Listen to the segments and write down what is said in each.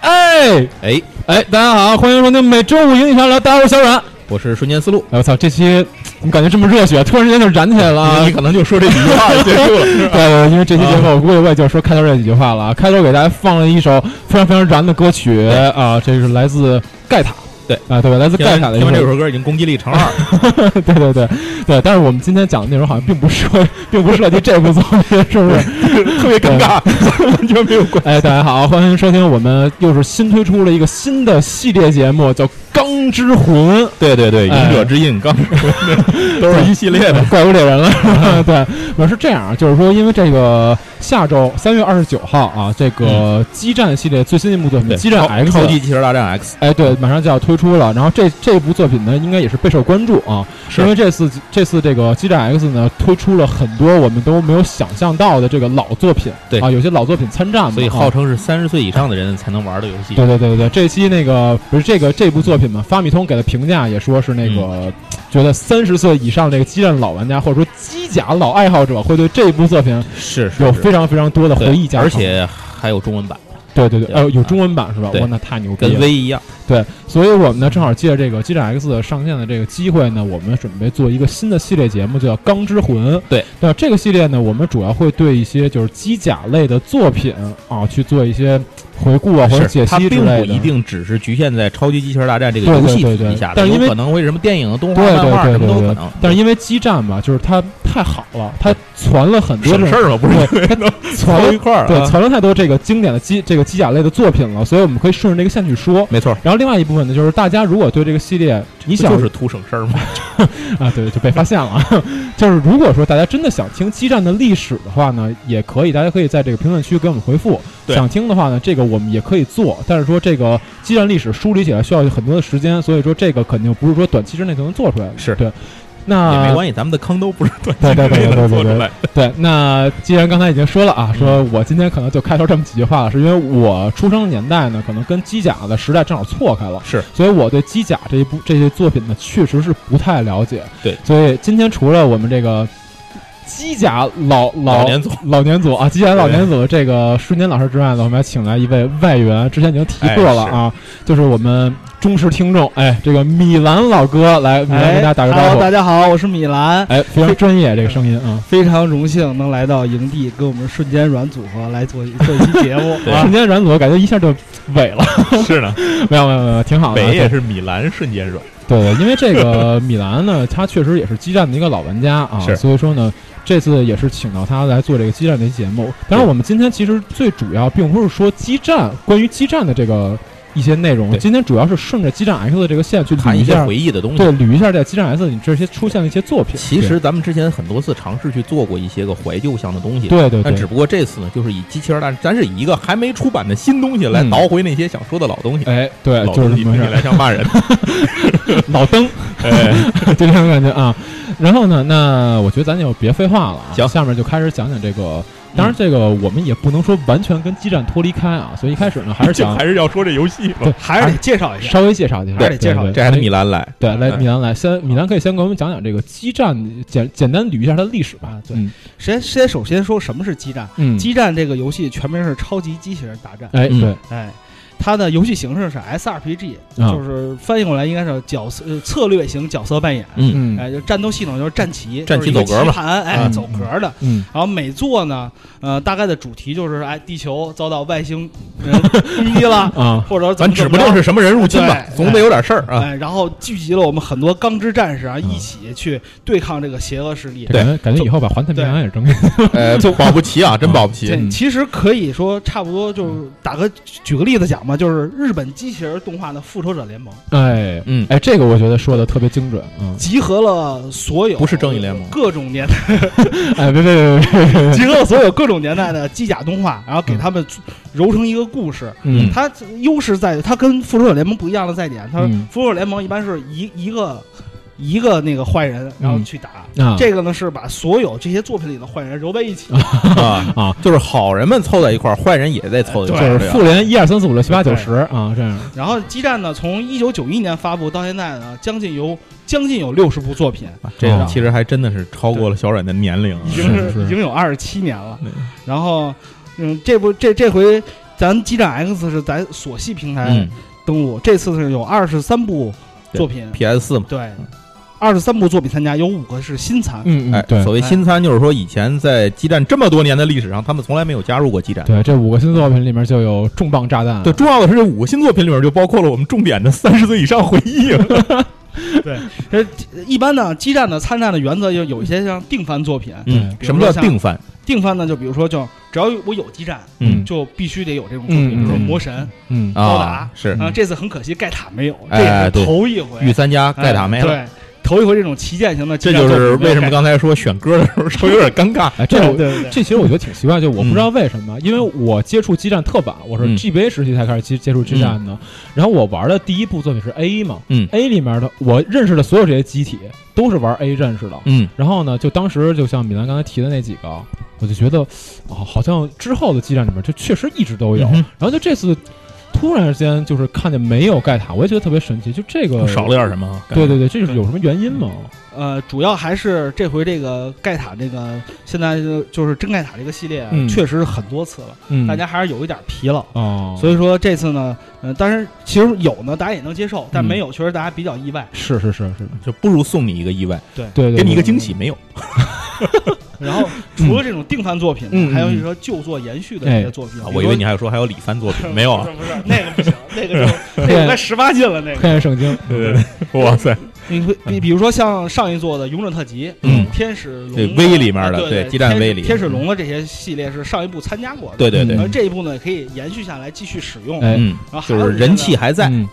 哎哎，哎，大家好，欢迎收听每周五影响聊，大家好，我是小阮。我是瞬间思路，哎，我操，这期怎么感觉这么热血？突然之间就燃起来了 啊。你可能就说这几句话就结束 了，是吧对，因为这期节目我估计我也就说开头这几句话了啊。开头给大家放了一首非常非常燃的歌曲啊，这是来自盖塔，对啊，对吧？来自盖塔的一听完这首，首歌已经攻击力乘二， 对对对对。但是我们今天讲的内容好像并不涉，并不涉及这部作品，是不是？ 特别尴尬，完全没有关。哎，大家好，欢迎收听我们又是新推出了一个新的系列节目，叫《钢之魂》。对对对，哎勇者之印刚都是一系列的。 怪物猎人 了。对，我是这样，啊就是说，因为这个下周三月二十九号啊，这个激战系列最新一部作品《嗯对激战超 X》超级汽车大战 X，哎，对，马上就要推出了。然后这这部作品呢，应该也是备受关注啊，是因为这次这次这个《激战 X》呢，推出了很多我们都没有想象到的这个老作品，对啊，有些老作品参战嘛，所以啊号称是三十岁以上的人才能玩的游戏。对对对对对，这期那个不是这个这部作品嘛，发米通给的评价也说是那嗯个、觉得三十岁以上这个激战老玩家或者说机甲老爱好者会对这部作品是是有是非常非常多的对回忆加成，而且还有中文版，对对对，对呃有中文版是吧？对哇，那太牛逼跟了！ V 一样。对，所以我们呢正好借着这个激战 X 的上线的这个机会呢，我们准备做一个新的系列节目，就叫《钢之魂》。对，那这个系列呢，我们主要会对一些就是机甲类的作品啊去做一些回顾啊或者是解它析之并类不的。一定只是局限在《超级机器人大战》这个对游对戏对对底下的，但是因为有可能会什么电影、动画、对漫对画对什么对都有对可能。但是因为激战吧，就是它太好了，它攒了很多这省种事儿嘛，不是对，它攒凑一了块儿对啊？攒了太多这个经典的机这个机甲类的作品了，所以我们可以顺着这个线去说。没错儿，然后另外一部分呢，就是大家如果对这个系列你你想就是图省事儿嘛。啊，对，就被发现了。 就是如果说大家真的想听激战的历史的话呢，也可以，大家可以在这个评论区给我们回复。对想听的话呢，这个我们也可以做，但是说这个激战历史梳理起来需要很多的时间，所以说这个肯定不是说短期之内就能做出来的。是对。那也没关系，咱们的坑都不是短啊对期对对内对对能做对出来。对，那既然刚才已经说了啊，嗯说我今天可能就开头这么几句话了，是因为我出生年代呢，可能跟机甲的时代正好错开了，是，所以我对机甲这一部这些作品呢，确实是不太了解。对，所以今天除了我们这个机甲老老老 年组老年组啊，机甲老对年组的这个瞬间老师之外呢，我们还请来一位外援，之前已经提过了啊，哎就是我们忠实听众，哎，这个米兰老哥来，米兰哎跟大家打个 h e 招 l 呼，大家好，我是米兰，哎，非常专业这个声音啊。非常荣幸能来到营地，跟我们瞬间软组合来做一做一期节目对啊瞬。间软组感觉一下就萎了，是呢， 没有没有没有，挺好的啊。北对也是米兰瞬间软，对对，因为这个 米兰呢，他确实也是激战的一个老玩家啊，是所以说呢，这次也是请到他来做这个激战的节目。当然，对我们今天其实最主要并不是说激战关于激战的这个一些内容，对今天主要是顺着激战 X 的这个线去捋谈一些下，回忆的东西。对，捋一下在激战 S 你这些出现的一些作品。其实咱们之前很多次尝试去做过一些个怀旧向的东西，对，对对但只对，不过这次呢，就是以机器人大战，咱是以一个还没出版的新东西来嗯倒回那些想说的老东西。哎，对，老就是东这西么回听起事儿。来像骂人， 老登， 哎，就这种感觉啊。然后呢，那我觉得咱就别废话了啊，行下面就开始讲讲这个。当然，嗯这个我们也不能说完全跟基站脱离开啊，所以一开 始呢， 还是就想还是要说这游戏吧对。还是得介绍一下，稍微介绍一下，对介绍对这还得米兰来，对，来嗯米兰来，先米兰可以先给我们讲讲这个基站，简简单捋一下它的历史吧啊。对嗯先先首先说什么是激战。嗯，激战这个游戏全名是《超级机器人大战》，哎嗯对，哎，它的游戏形式是 SRPG，啊就是翻译过来应该是角色呃策略型角色扮演。嗯，嗯哎，就战斗系统就是战棋，战棋就是一走格个嘛棋盘，哎，嗯走格的。嗯，然后每座呢，呃，大概的主题就是哎，地球遭到外星 人攻击了，啊，或者怎咱么怎指么不定着是什么人入侵吧，对总得有点事儿啊。嗯哎，然后聚集了我们很多钢之战士啊，一起去对抗这个邪恶势力这。感觉感觉以后把环太平洋也扔给嗯呃，保不齐啊，真保不齐。嗯这其实可以说差不多，就是打个举个例子讲嘛，就是日本机器人动画的《复仇者联盟》，哎，嗯，哎，这个我觉得说的特别精准啊！集合了所有不是正义联盟各种年代。 哎，别别别别别别，集合了所有各种年代的机甲动画，然后嗯给他们揉成一个故事。嗯它优势在于它跟复仇者联盟不一样的在点，它嗯复仇者联盟一般是一一个一个那个坏人，然嗯后去打。啊，这个呢是把所有这些作品里的坏人揉在一起，啊啊，就是好人们凑在一块儿，坏人也在凑在一就块儿，是对吧复联一二三四五六七八九十啊，这样然后基站呢从一九九一年发布到现在呢，将近有将近有六十部作品，啊这啊个其实还真的是超过了小阮的年龄啊，已经是是已经有二十七年了对。然后，嗯，这部这这回咱基站 X 是在索系平台嗯登陆，这次是有二十三部作品， ，PS 四嘛，对，二十三部作品参加，有五个是新参，嗯哎嗯，，对所谓新参就是说以前在基站这么多年的历史上，他们从来没有加入过基站。对，这五个新作品里面就有重磅炸弹，啊对，，重要的是这五个新作品里面就包括了我们重点的三十岁以上回忆。 嗯一般呢，基站的参战的原则就有一些像定番作品，嗯，比什如么说叫像定番？定番呢就比如说就只要有我有基站，嗯就必须得有这种作品，嗯比如说嗯魔神，嗯高达啊，是啊，这次很可惜盖塔没有，这哎也对是头一回哎御，三家盖塔没哎了。对，头一回这种旗舰型的这基就站作品没是有盖，为什么刚才说选歌的时候稍微有点尴尬。哎，这对种对对这其实我觉得挺奇怪，就我不知道为什么，因为我接触基站特晚，我是嗯 GBA 时期才开始接接触基站的。然后我玩的第一部作品是 A 嘛，嗯，A 里面的我认识的所有这些机体都是玩 A 认识的。嗯，然后呢，就当时就像米兰刚才提的那几个，我就觉得，哦，好像之后的基站里面就确实一直都有。嗯哼然后就这次突然之间就是看见没有盖塔，我也觉得特别神奇，就这个少了。点什么？对对对，这是有什么原因吗？呃，主要还是这回这个盖塔这个现在就就是真盖塔这个系列啊，嗯确实很多次了，嗯，大家还是有一点疲劳。哦，所以以说这次呢，嗯、当然其实有呢，大家也能接受，嗯但没有，确实大家比较意 外。是是是是，就不如送你一个意外，对对，给你一个对惊喜，没有？然后除了这种定番作品呢，嗯嗯还有一些旧作延续的一些作品。啊比如我以为你还说还有李帆作 品，没有啊不？是不是那个不行，那 个就那个该十八禁了那黑个。暗圣经，对对对，哇塞！你会比比如说像上一座的《勇者特辑》，嗯天使龙对 V 里面的啊对对激战天 V 里天使龙的这些系列是上一部参加过的， 对对对，而这一部呢可以延续下来继续使用。哎，嗯，然后还就有是一些人呢气还在嗯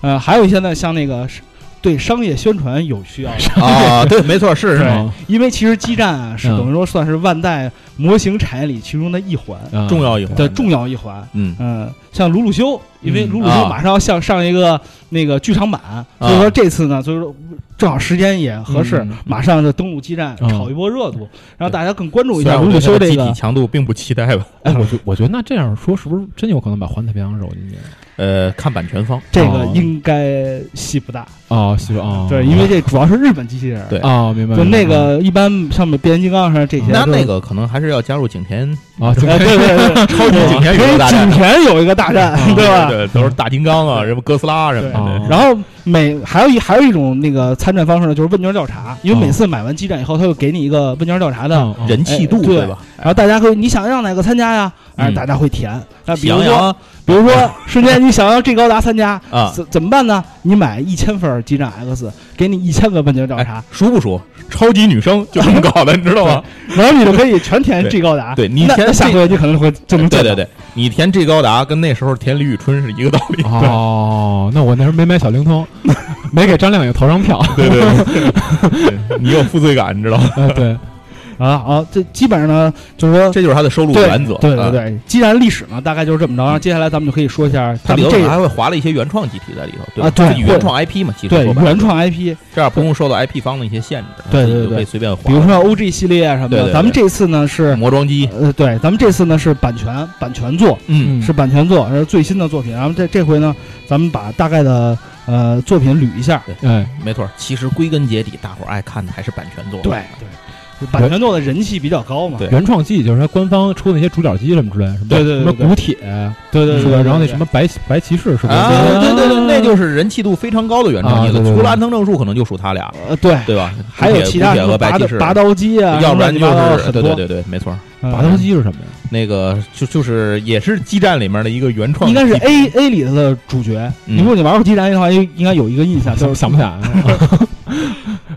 呃，还有一些呢，像那个是对商业宣传有需要 的，啊，对，没错，是是是吗？吗？因为其实基站啊是嗯等于说算是万代模型产业里其中的一环啊重要一环的重要一环。嗯，嗯，像鲁鲁修，因为嗯鲁鲁啊修马上要向上一个那个剧场版，所以说这次呢，所以说正好时间也合适嗯，马上就登陆基站嗯炒一波热度，让大家更关注一虽嗯下然我鲁对鲁它的修这机体个。强度并不期待吧？哎，我觉我觉得那这样说，是不是真有可能把《环太平洋》揉进去？呃，看版权方，这个应该戏不大，哦，是哦，对，因为这主要是日本机器人，对哦，明白，就明白那个一般像变形金刚上这些，嗯那都是那个可能还是要加入景 甜，啊，今 天哎，对对对，超级景田有一个大战景田有一个大战，对吧？对，都是大金刚啊，什么哥斯拉什对么的，然后每还有一还有一种那个参战方式呢，就是问卷调查，因为每次买完基站以后，他会给你一个问卷调查的，嗯嗯人气度哎对吧？然后大家会你想让哪个参加呀？哎，嗯大家会填。那比如想说，想比如说瞬间你想要 G 高达参加， 啊，怎怎么办呢？你买一千份基站 X，给你一千个问卷调查哎，，熟不熟？超级女生就这么搞的，你知道吗？然后你就可以全填 G 高达。哎对你那填那下这回你可能会就能对见对到对，你填 G 高达跟那时候填李宇春是一个道理。 哦，那我那时候没买小灵 通，没给张靓颖投上票， 对对对 对，你有负罪感，你知道吗？哎，对，啊好，这基本上呢就是 说。这就是他的收录对原则。对对啊，嗯对，基站历史呢，大概就是这么着。然后接下来咱们就可以说一下它咱里们头这可能个还会划了一些原创机体在里头，吧啊对自己会原创 IP 嘛，其实对说白了原创 IP，这样不用受到 IP 方的一些限制，对自己对就对可以随便划。比如说 OG 系列啊什么对对的。对嗯咱们这次呢是魔装机，呃对，咱们这次呢是版权版权作，嗯，嗯是版权作，是最新的作品。然后这这回呢，咱们把大概的呃作品捋一下。哎，没错。其实归根结底，大伙儿爱看的还是版权作。啊对，版权作的人气比较高嘛。对原创机就是它官方出那些主角机什么之类，什么对对对什么对古铁，对对是对吧？对，然后那什么白白骑士是吧？，啊对对对，那就是人气度非常高的原创机啊对了。对对除了安藤正树，可能就属他俩了，呃对，对吧？还有其他古铁什么和白拔骑刀士，拔刀机啊，要不然什就么乱七八糟的是很对多对对对，没错。嗯拔刀机是什么呀？那个就就是也是激战里面的一个原创应机体，该是 A A 里头的主角。嗯 你如果你玩过《激战》的话，应应该有一个印象，就是想不起来了啊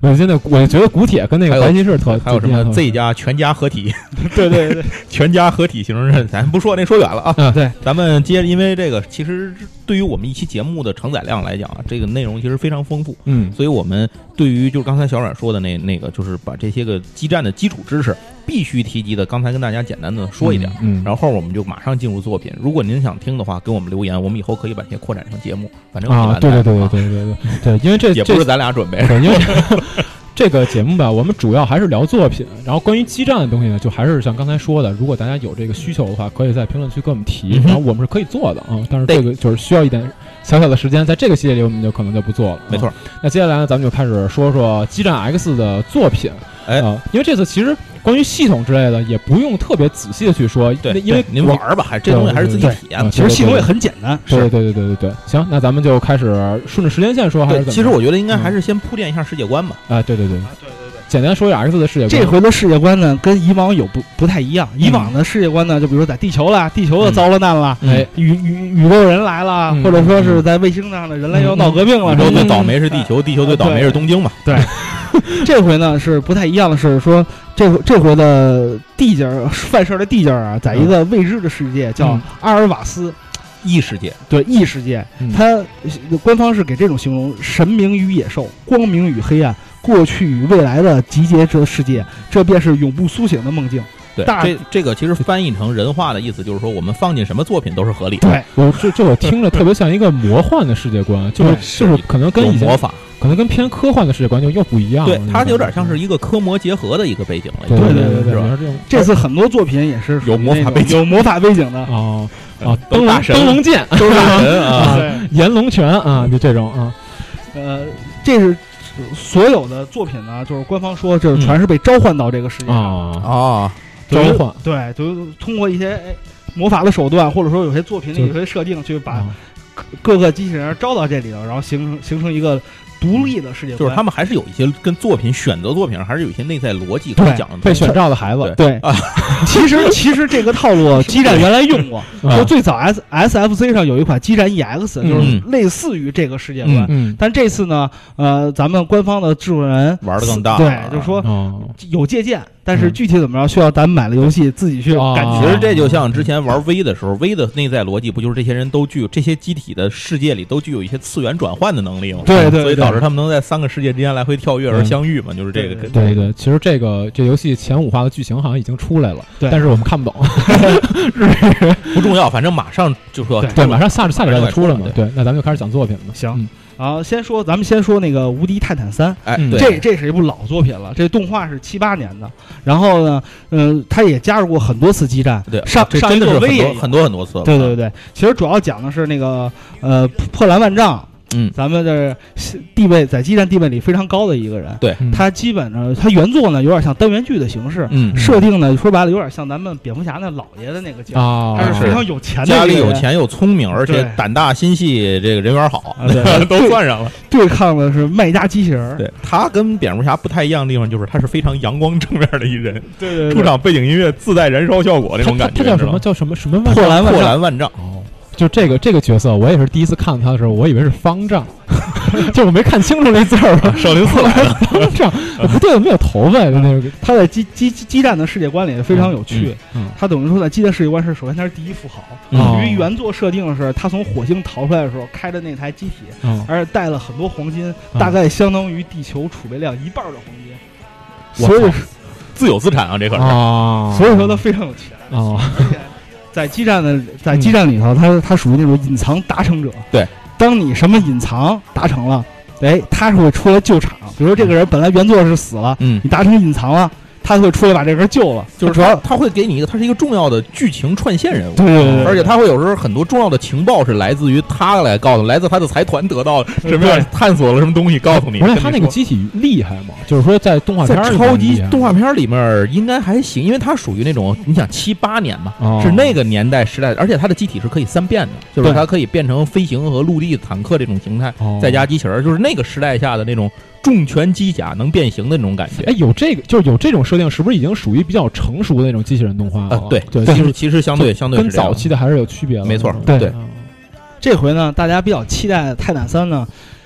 我真的，我觉得古铁跟那个还有白骑士特还有什么 Z 家家全家合体， 对对对，全家合体形容阵，咱不说那说远了啊。啊？对，咱们接着，因为这个其实对于我们一期节目的承载量来讲啊，这个内容其实非常丰富，嗯所以我们对于就是刚才小阮说的那那个，就是把这些个基站的基础知识必须提及的，刚才跟大家简单的说一点。嗯，然后后面我们就马上进入作品。如果您想听的话，给我们留言，我们以后可以把这些扩展成节目。反正我啊，们对对对懒对得改啊，对对对对，因为这也这不是咱俩准备 对，因为这个节目吧，我们主要还是聊作品，然后关于基站的东西呢，就还是像刚才说的，如果大家有这个需求的话，可以在评论区跟我们提，嗯哼然后我们是可以做的啊、但是这个就是需要一点小小的时间，在这个系列里我们就可能就不做了、啊没错。，那接下来呢，咱们就开始说说基站 X 的作品，哎啊因为这次其实关于系统之类的也不用特别仔细的去说，对，因为对您我玩儿吧，还这东西还是自己对体验的。嗯其实系统也很简单，对是对对对对对，行，那咱们就开始顺着时间线说，还是对，怎么着？其实我觉得应该嗯还是先铺垫一下世界观吧。啊，对对对，对对对。简单说一下 X 的世界观。这回的世界观呢，跟以往有不不太一样。嗯以往的世界观呢，就比如说在地球啦，地球又遭了难了，哎，宇宇宇宙人来了，嗯或者说是在卫星上的人类又闹革命了。嗯宇宙然后最倒霉是地球，地球最倒霉是东京嘛。 这回呢是不太一样的是说，这回这回的地界儿 犯事儿的地界儿啊，在一个未知的世界叫嗯阿尔瓦斯，异世界，对异世界，嗯它呃官方是给这种形容：神明与野兽，光明与黑暗，过去与未来的集结这世界，这便是永不苏醒的梦境。对，大这这个其实翻译成人话的意思就是说，我们放进什么作品都是合理的，对，我这这我听着特别像一个魔幻的世界观，就是对就是可能跟有以魔前啊法。可能跟偏科幻的世界观就又不一样了。对，它有点像是一个科魔结合的一个背景了。嗯对对对对对主是吧？要是这种这次很多作品也是属于哎有魔法那种背景啊有魔法背 景的。哦哦，都灯大笼神灯笼剑、都是人啊啊，对，炎龙拳啊，就这种啊，呃，这是所有的作品呢，就是官方说，嗯就是全是被召唤到这个世界上， 啊，哦，召就是唤对，就是通过一些哎魔法的手段，或者说有些作品里就有些设定，去把啊各个机器人招到这里头，然后形成形成一个独立的世界观。就是他们还是有一些跟作品选择作品上还是有一些内在逻辑可以讲的东西。被选召的孩子对对， 其实其实这个套路基站原来用 过，啊就最早 S S F C 上有一款基站 E X，就是嗯类似于这个世界观。嗯嗯但这次呢，呃，咱们官方的制作人玩的更大啊了。对，就是说哦有借鉴，但是嗯具体怎么着，需要咱们买了游戏自己去哦感啊其觉。实这就像之前玩 V 的时候，V 的内在逻辑不就是这些人都具有这些机体的世界里都具有一些次元转换的能力吗？对对所以对导致他们能在三个世界之间来回跳跃而嗯相遇嘛，就是这个对跟。对对，其实这个这游戏前五话的剧情好像已经出来了，对但是我们看不懂。不重要，反正马上就说对对，马上下下礼拜就出了嘛对。对，那咱们就开始讲作品吧。行嗯然后先说，咱们先说那个《无敌泰坦三》，哎，嗯对这这是一部老作品了，这动画是七八年的。然后呢，嗯、它也加入过很多次基站，对上这上一真的座是威很也多嗯有很多很多次了，对对对，其实主要讲的是那个呃破破烂万丈，嗯咱们的地位在基站地位里非常高的一个人。对，嗯他基本上他原作呢有点像单元剧的形式，嗯，设定呢说白了有点像咱们蝙蝠侠那老爷的那个角，啊，他是是非常有钱的，家里有。钱又聪明，而且对胆大心细，这个人缘好啊，对都算上了。对抗的是卖家机器人儿，对他跟蝙蝠侠不太一样的地方，就是他是非常阳光正面的一人，对对出场背景音乐自带燃烧效果那他种他感觉，他叫你知什道么吗？叫什么什么万破烂万破丈，烂万 丈，哦，就这个这个角色，我也是第一次看他的时候，我以为是方丈， 就我没看清楚那字儿，少林寺来的。方丈不对，没有头发的那个，他在基基基基站的世界观里非常有趣。嗯他等于说在基站世界观是，首先他是第一富豪，哦由于原作设定是他从火星逃出来的时候开的那台机体，嗯，而且带了很多黄金，嗯大概相当于地球储备量一半儿的黄我金。所以，自有资产啊，这可是。啊，所以说他非常有钱，哦， 在基站的在基站里头，他他属于那种隐藏达成者。对，当你什么隐藏达成了，哎，他是会出来救场。比如说这个人本来原作是死了，嗯，你达成隐藏了，他会出来把这个人救了。就是主要他会给你一个，他是一个重要的剧情串线人物。对对对对，而且他会有时候很多重要的情报是来自于他来告诉，来自他的财团得到什么样探索了什么东西，告诉你。不是跟他你那个说机体厉害吗？就是说在动画片在儿里面超级厉害吗动画片里面应该还行，因为它属于那种你想七八年嘛，哦是那个年代时代，而且它的机体是可以三变的，就是对它可以变成飞行和陆地坦克这种形态，哦再加机器人儿，就是那个时代下的那种重拳机甲能变形的那种感觉哎。有这个就是有这种设定，是不是已经属于比较成熟的那种机器人动画啊了？，对，哦对，其就实是其实相对相对跟是这样早期的还是有区别的，没错嗯对嗯这回呢，大家比较期待的《泰坦三》呢，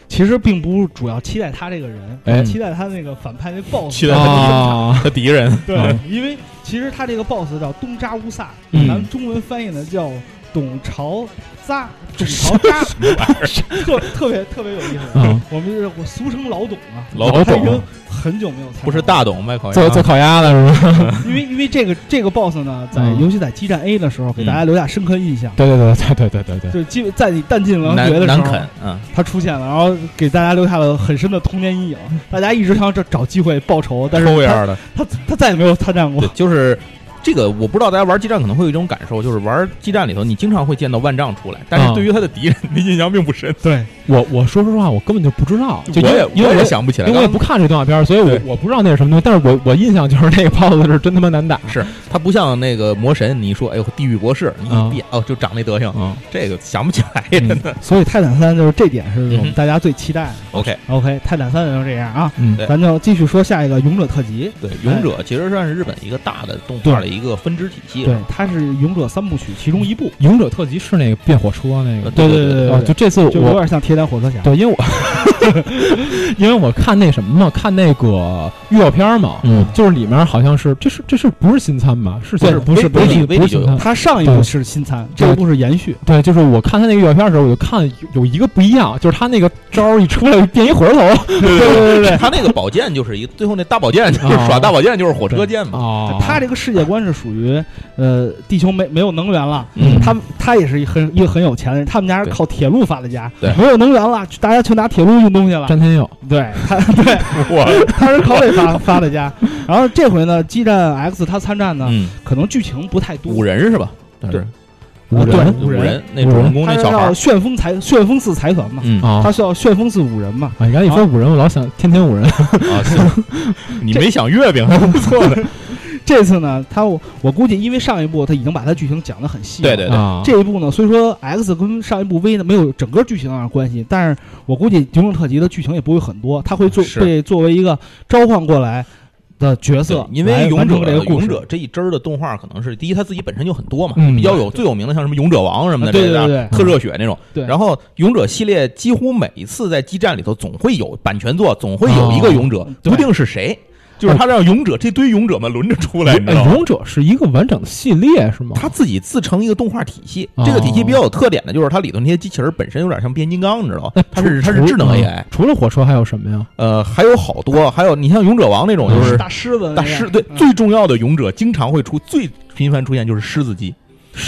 其实并不主要期待他这个人，哎期待他那个反派那 BOSS。期待他啊， 他敌人，对嗯，因为其实他这个 BOSS 叫东扎乌萨，嗯咱们中文翻译呢叫董朝扎，董朝扎，特特别特别有意思。嗯我们是我俗称老董啊，老董他已经很久没有参加不是大董卖烤做做鸭，烤鸭的是吧？因为因为这个这个 BOSS 呢，在、嗯尤其在激战 A 的时候，给大家留下深刻印象。 对对对对对对对对，就是基本在你弹尽粮南绝的时南候，肯啊，他出现了，然后给大家留下了很深的童年阴影。大家一直想找找机会报仇，但是抽一他样的，他他再也没有参战过对，。就是。这个我不知道，大家玩激战可能会有一种感受，就是玩激战里头，你经常会见到万丈出来，但啊是对于他的敌人，你印象并不深。对，我我说实话，我根本就不知道，就因我也为因为我也我。想不起来，因为我也不看这动画片儿，所以我对我不知道那是什么东西。但是我我印象就是那个 BOSS 是真他妈难 打。是他不像那个魔神，你一说哎呦地狱博士，你啊一变、哦就长那德行，嗯，这个想不起来真的。所以泰坦三就是这点是我嗯们哼大家最期待的。 OK， OK，泰坦三就这样啊，嗯对咱就继续说下一个勇者特辑。对，勇者其实算是日本一个大的动画的一个分支体系对了。，它是勇者三部曲其中一部，勇者特辑是那个变火车那个呃，对对对啊，就这次就有我点像铁胆火车侠。对，因为我因为我 看那什么嘛，看那个预告片儿嘛，嗯就是里面好像是这是这是不是新参吧？是不是不是威不是威力新威不力是就新有参？它上一对部是新参，这一部是延续。对，就是我看他那个预告片的时候，我就看有一个不一样，就是他那个招儿一出来变一火车头 对对对对他那个宝剑就是一最后那大宝哦剑就是啊耍大宝剑就是火车剑嘛，啊，它这个世界观是属于，呃，地球没没有能源了，嗯他他也是一很一个很有钱的人，他们家是对靠铁路发的家，对没有能源了，大家全拿铁路运东西了。詹天佑，对他，对 哇，他是靠这 发发的家。然后这回呢，激战 X 他参战呢，嗯，可能剧情不太五多，人是吧？对啊五对人啊五五人人，那主人公他那是小孩要儿，旋风财旋风寺财团嘛，嗯啊他。是要旋风寺五人嘛。啊！你刚才一说五人，我老想天天五人， 啊，行，你没想月饼还不错的，这次呢，他我我估计因为上一部他已经把他剧情讲得很细了，对对啊，这一部呢，虽说 X 跟上一部 V 呢没有整个剧情上的关系，但是我估计《勇者特辑》的剧情也不会很多，它会做是被作为一个召唤过来的角对色，因为来勇完者成这个故勇事。者这一支儿的动画可能是第一，他自己本身就很多嘛，嗯比较有最有名的像什么勇者王什么的，啊对这个对对对特热血那种。对然后勇者系列几乎每一次在激战里头总会有版权作，总会有一个勇者哦，对不定是谁，就是他让勇者这堆勇者们轮着出来，你知道哎吗？勇者是一个完整的系列是吗？他自己自成一个动画体系，哦这个体系比较有特点的就是它里头那些机器人本身有点像变形金刚，你知道吗那？它除是它是除智能嗯 AI，除了火车还有什么呀？呃，还有好多，还有你像勇者王那种嗯就是大狮子那样，大狮，对嗯最重要的勇者经常会出最频繁出现就是狮子机，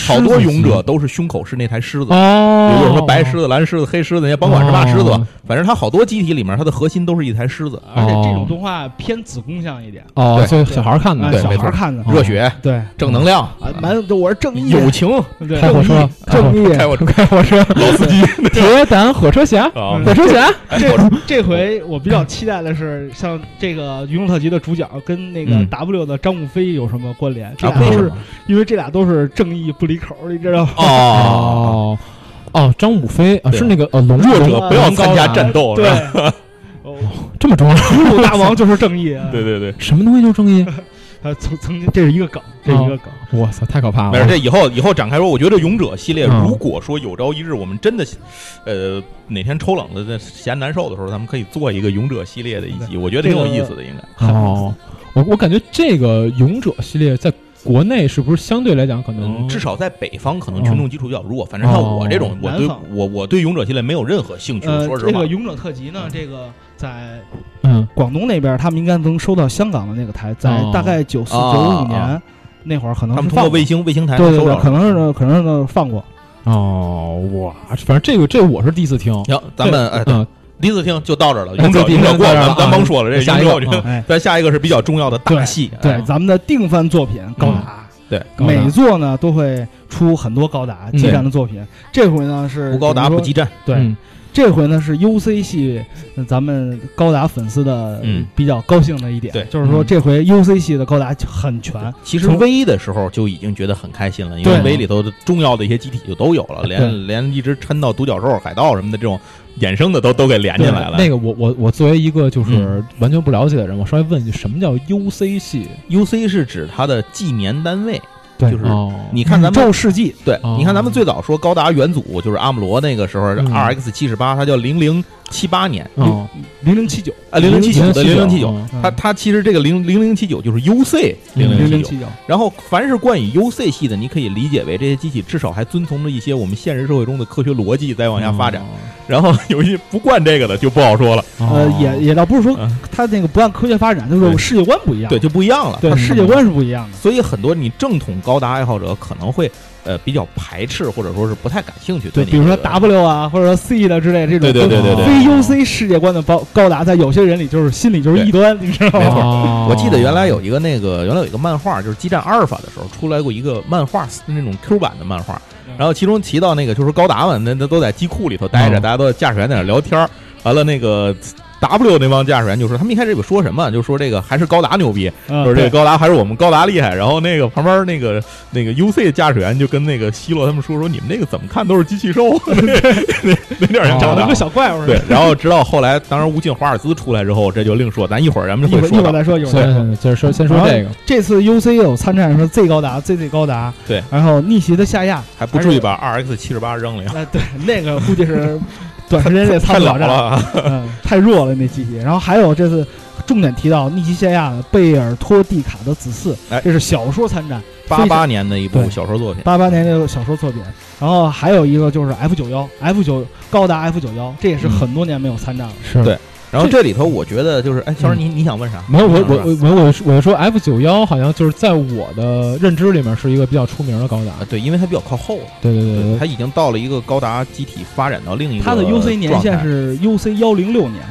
好多勇者都是胸口是那台狮子。比哦，如说白狮子、蓝狮子、黑狮子，也甭管是嘛狮子吧，反正它好多机体里面，它的核心都是一台狮子，而且这种哦动画偏子宫向一点，哦，对所以小孩看的啊对小没孩错嗯儿看的，哦热血、对，正能量、啊，满我是正义，友情、对开火正车义，正义。开我开火车， 老司机铁胆火车侠，啊嗯火车侠，哎这我说这回我比较期待的是，像这个《勇者特辑》的主角跟那个嗯 W 的张悟飞有什么关联？这啊俩为都什是么因为这俩都是正义不离口儿，你知道吗？哦，哦哦，张武飞啊，对是那个呃龙弱龙者不要参加战斗，对是吧， 哦这么重要，俘虏大王就是正义。 对，对对，什么东西就正 义？他曾曾经这是一个梗，这是一个梗。哦哇塞，太可怕啊没事，了！这以后以后展开说，我觉得勇者系列，嗯如果说有朝一日我们真的，呃，哪天抽冷了、嫌难受的时候，咱们可以做一个勇者系列的一集，我觉得挺有意思的，应该。哦，我我感觉这个勇者系列在国内是不是相对来讲可能嗯，至少在北方可能嗯群众基础比较弱。反正像我这种，哦我对南方我我对勇者系列没有任何兴趣，呃，说实这话个。勇者特辑呢，这个在嗯广东那边，他们应该能收到香港的那个台，在哦大概九四啊九五啊年那会儿，可能他们是通过放过卫星卫星台对对收对到，可能是可能是放过。哦哇，反正这个这个我是第一次听，行，咱们哎，嗯第一次听就到这儿 了。哎勇者这第一勇次者过到了，这儿咱了咱啊甭说了。这下勇一个者，我觉 得哎，咱下一个是比较重要的大戏。对哎，咱们的定番作品高达，对，高达嗯每作呢都会出很多高达嗯激战的作品。这回呢是不高达怎不么说激战，对，嗯这回呢是 UC 系呃咱们高达粉丝的嗯比较高兴的一点，对就是说嗯这回 UC 系的高达很全，其实从 V 的时候就已经觉得很开心了，因为对 V 里头的重要的一些机体就都有了，对连连一直抻到独角兽、海盗什么的这种衍生的都都给连进来了。嗯那个我我我作为一个就是完全不了解的人，我稍微问一句，什么叫 UC 系？ UC 是指它的纪年单位，对就是哦，你看咱宇们。宙世纪对哦，你看咱们最早说高达元祖就是阿姆罗那个时候嗯，RX 七十八，它叫零零七八年嗯，零零七九嗯啊，零零七九的零零七九，九，哦它它其实这个零零零七九就是 UC 嗯零零零零七九。七九，然后，凡是冠以 UC 系的，你可以理解为这些机器至少还遵从着一些我们现实社会中的科学逻辑在往下发展。然后有一些不惯这个的就不好 说了，嗯，呃，哦也也倒不是说嗯它那个不按科学发展，就对是世界观不一样，对，就不一样了。对，嗯世界观是不一样的。所以很多你正统高达爱好者可能会呃比较排斥，或者说是不太感兴趣。对，你比如说这个 W 啊，或者说 C 的之类这种，对对对对对非 UC 世界观的高高达，在有些人里就是心里就是异端，你知道没吗？错哦我记得原来有一个那个，原来有一个漫画，就是激战阿尔法的时候出来过一个漫画，那种 Q 版的漫画。嗯然后其中提到那个就是高达们，那那都在机库里头待着，嗯大家都在驾驶员在那聊天儿。完了那个 W 那帮驾驶员就说，他们一开始也不说什么，就说这个还是高达牛逼，嗯说这个对高达还是我们高达厉害。然后那个旁边那个那个 UC 驾驶员就跟那个希洛他们说说，你们那个怎么看都是机器兽， 那那那点儿人高长长达哦大得跟个。小怪物似对的。，然后直到后来，当然无尽华尔兹出来之后，这就另说，咱一会儿咱们一就会会儿一说会到儿。再说，一会儿先再说。先先说先说这个，这次 UC 有参战说 Z 高达、ZZ 高达，对，然后逆袭的夏亚，还不至于把 RX 七十八扔 了呀，那呃对那个估计是短时间内太参不老战，了。啊嗯，太弱了那机器。然后还有这次重点提到逆袭夏亚的贝尔托蒂卡的子嗣哎，这是小说参战，八八年的一部对小说作品，八八年的小说作品。然后还有一个就是 F 九幺，F 九高达 F 九幺，这也是嗯很多年没有参战了。是对然后这里头我觉得就是，哎，小沈你你想问啥？没有，我你想我问啥我没有，我是我是说 F 九幺好像就是在我的认知里面是一个比较出名的高达啊，，对，因为它比较靠后了，对对对对，对它已经到了一个高达机体发展到另一个呃它的 UC 年限状态，是 UC 幺零六年，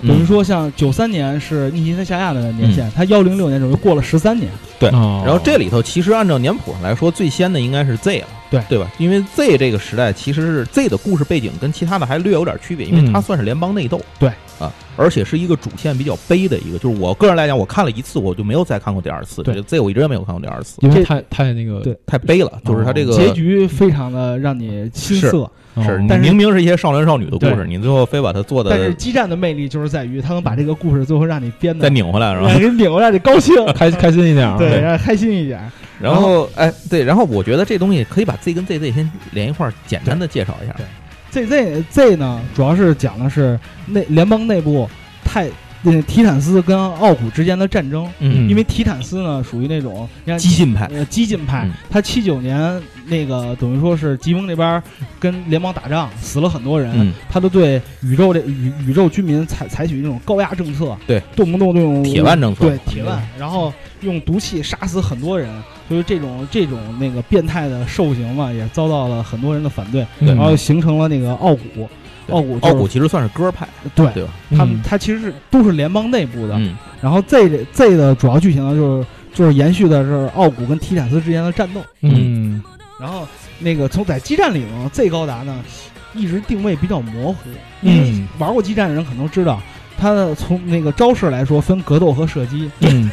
嗯等于说像九三年是逆袭的夏亚的年限，它幺零六年等于过了十三年。对哦然后这里头其实按照年谱上来说，最先的应该是 Z 了，对对吧？因为 Z 这个时代其实是 Z 的故事背景跟其他的还略有点区别，因为嗯它算是联邦内斗，对啊，而且是一个主线比较悲的一个，就是我个人来讲，我看了一次我就没有再看过第二次，对这个 Z 我一直也没有看过第二次，因为这太太那个对太悲了，就是它这个哦结局非常的让你心是塞，哦是，但是明明是一些少男少女的故事，对你最后非把它做但是的激战的魅力就是在于它能把这个故事最后让你编再的，拧回来，是吧 让？你扭过来，你高 兴，开开心一点啊，对，让你开心一点。然后，哎，对，然后我觉得这东西可以把 Z 跟 ZZ 先连一块儿，简单的介绍一下。对 Z Z Z 呢，主要是讲的是内联邦内部泰呃提坦斯跟奥古之间的战争，嗯因为提坦斯呢属于那种你看激进派，呃激进派嗯，他七九年那个等于说是吉翁那边儿跟联邦打仗，死了很多人，嗯，他都对宇宙这宇宇宙居民采采取那种高压政策，对，动不动就用铁腕政策，对铁腕，然后用毒气杀死很多人，就是这种这种那个变态的兽刑嘛，也遭到了很多人的反对，对然后形成了那个奥古，对奥古、就是、奥哦古其实算是歌派，对对吧？他们嗯他其实是都是联邦内部的，嗯，然后 Z 这 Z 的主要剧情呢就是就是延续的是奥古跟提坦斯之间的战斗，嗯然后那个从在基站里呢，Z 高达呢一直定位比较模糊，因为嗯玩过基站的人可能知道，它的从那个招式来说分格斗和射击。嗯，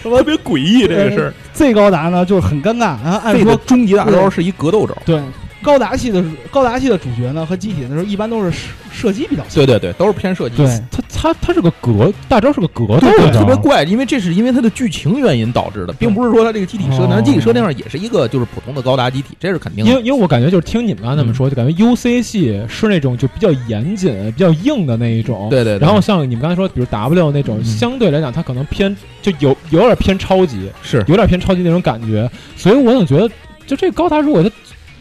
特别诡异这个事儿。 Z 高达呢就是很尴尬，然后按 Z 的说哎终极大招是一格斗招，对高达系的高达系的主角呢和机体的时候一般都是射射击比较强，对对对，都是偏射击。对他他他是个格大招是个格斗对，的特别招，怪，因为这是因为它的剧情原因导致的，并不是说它这个机体设定，它机体设定上也是一个就是普通的高达机体，这是肯定因为的。因为我感觉就是听你们刚才那么说，就感觉 UC 系是那种就比较严谨、比较硬的那一种，对对，对然后像你们刚才说，比如 W 那种，嗯相对来讲，它可能偏就有有点偏超级，是有点偏超级那种感觉，所以我总觉得，就这个高达如果它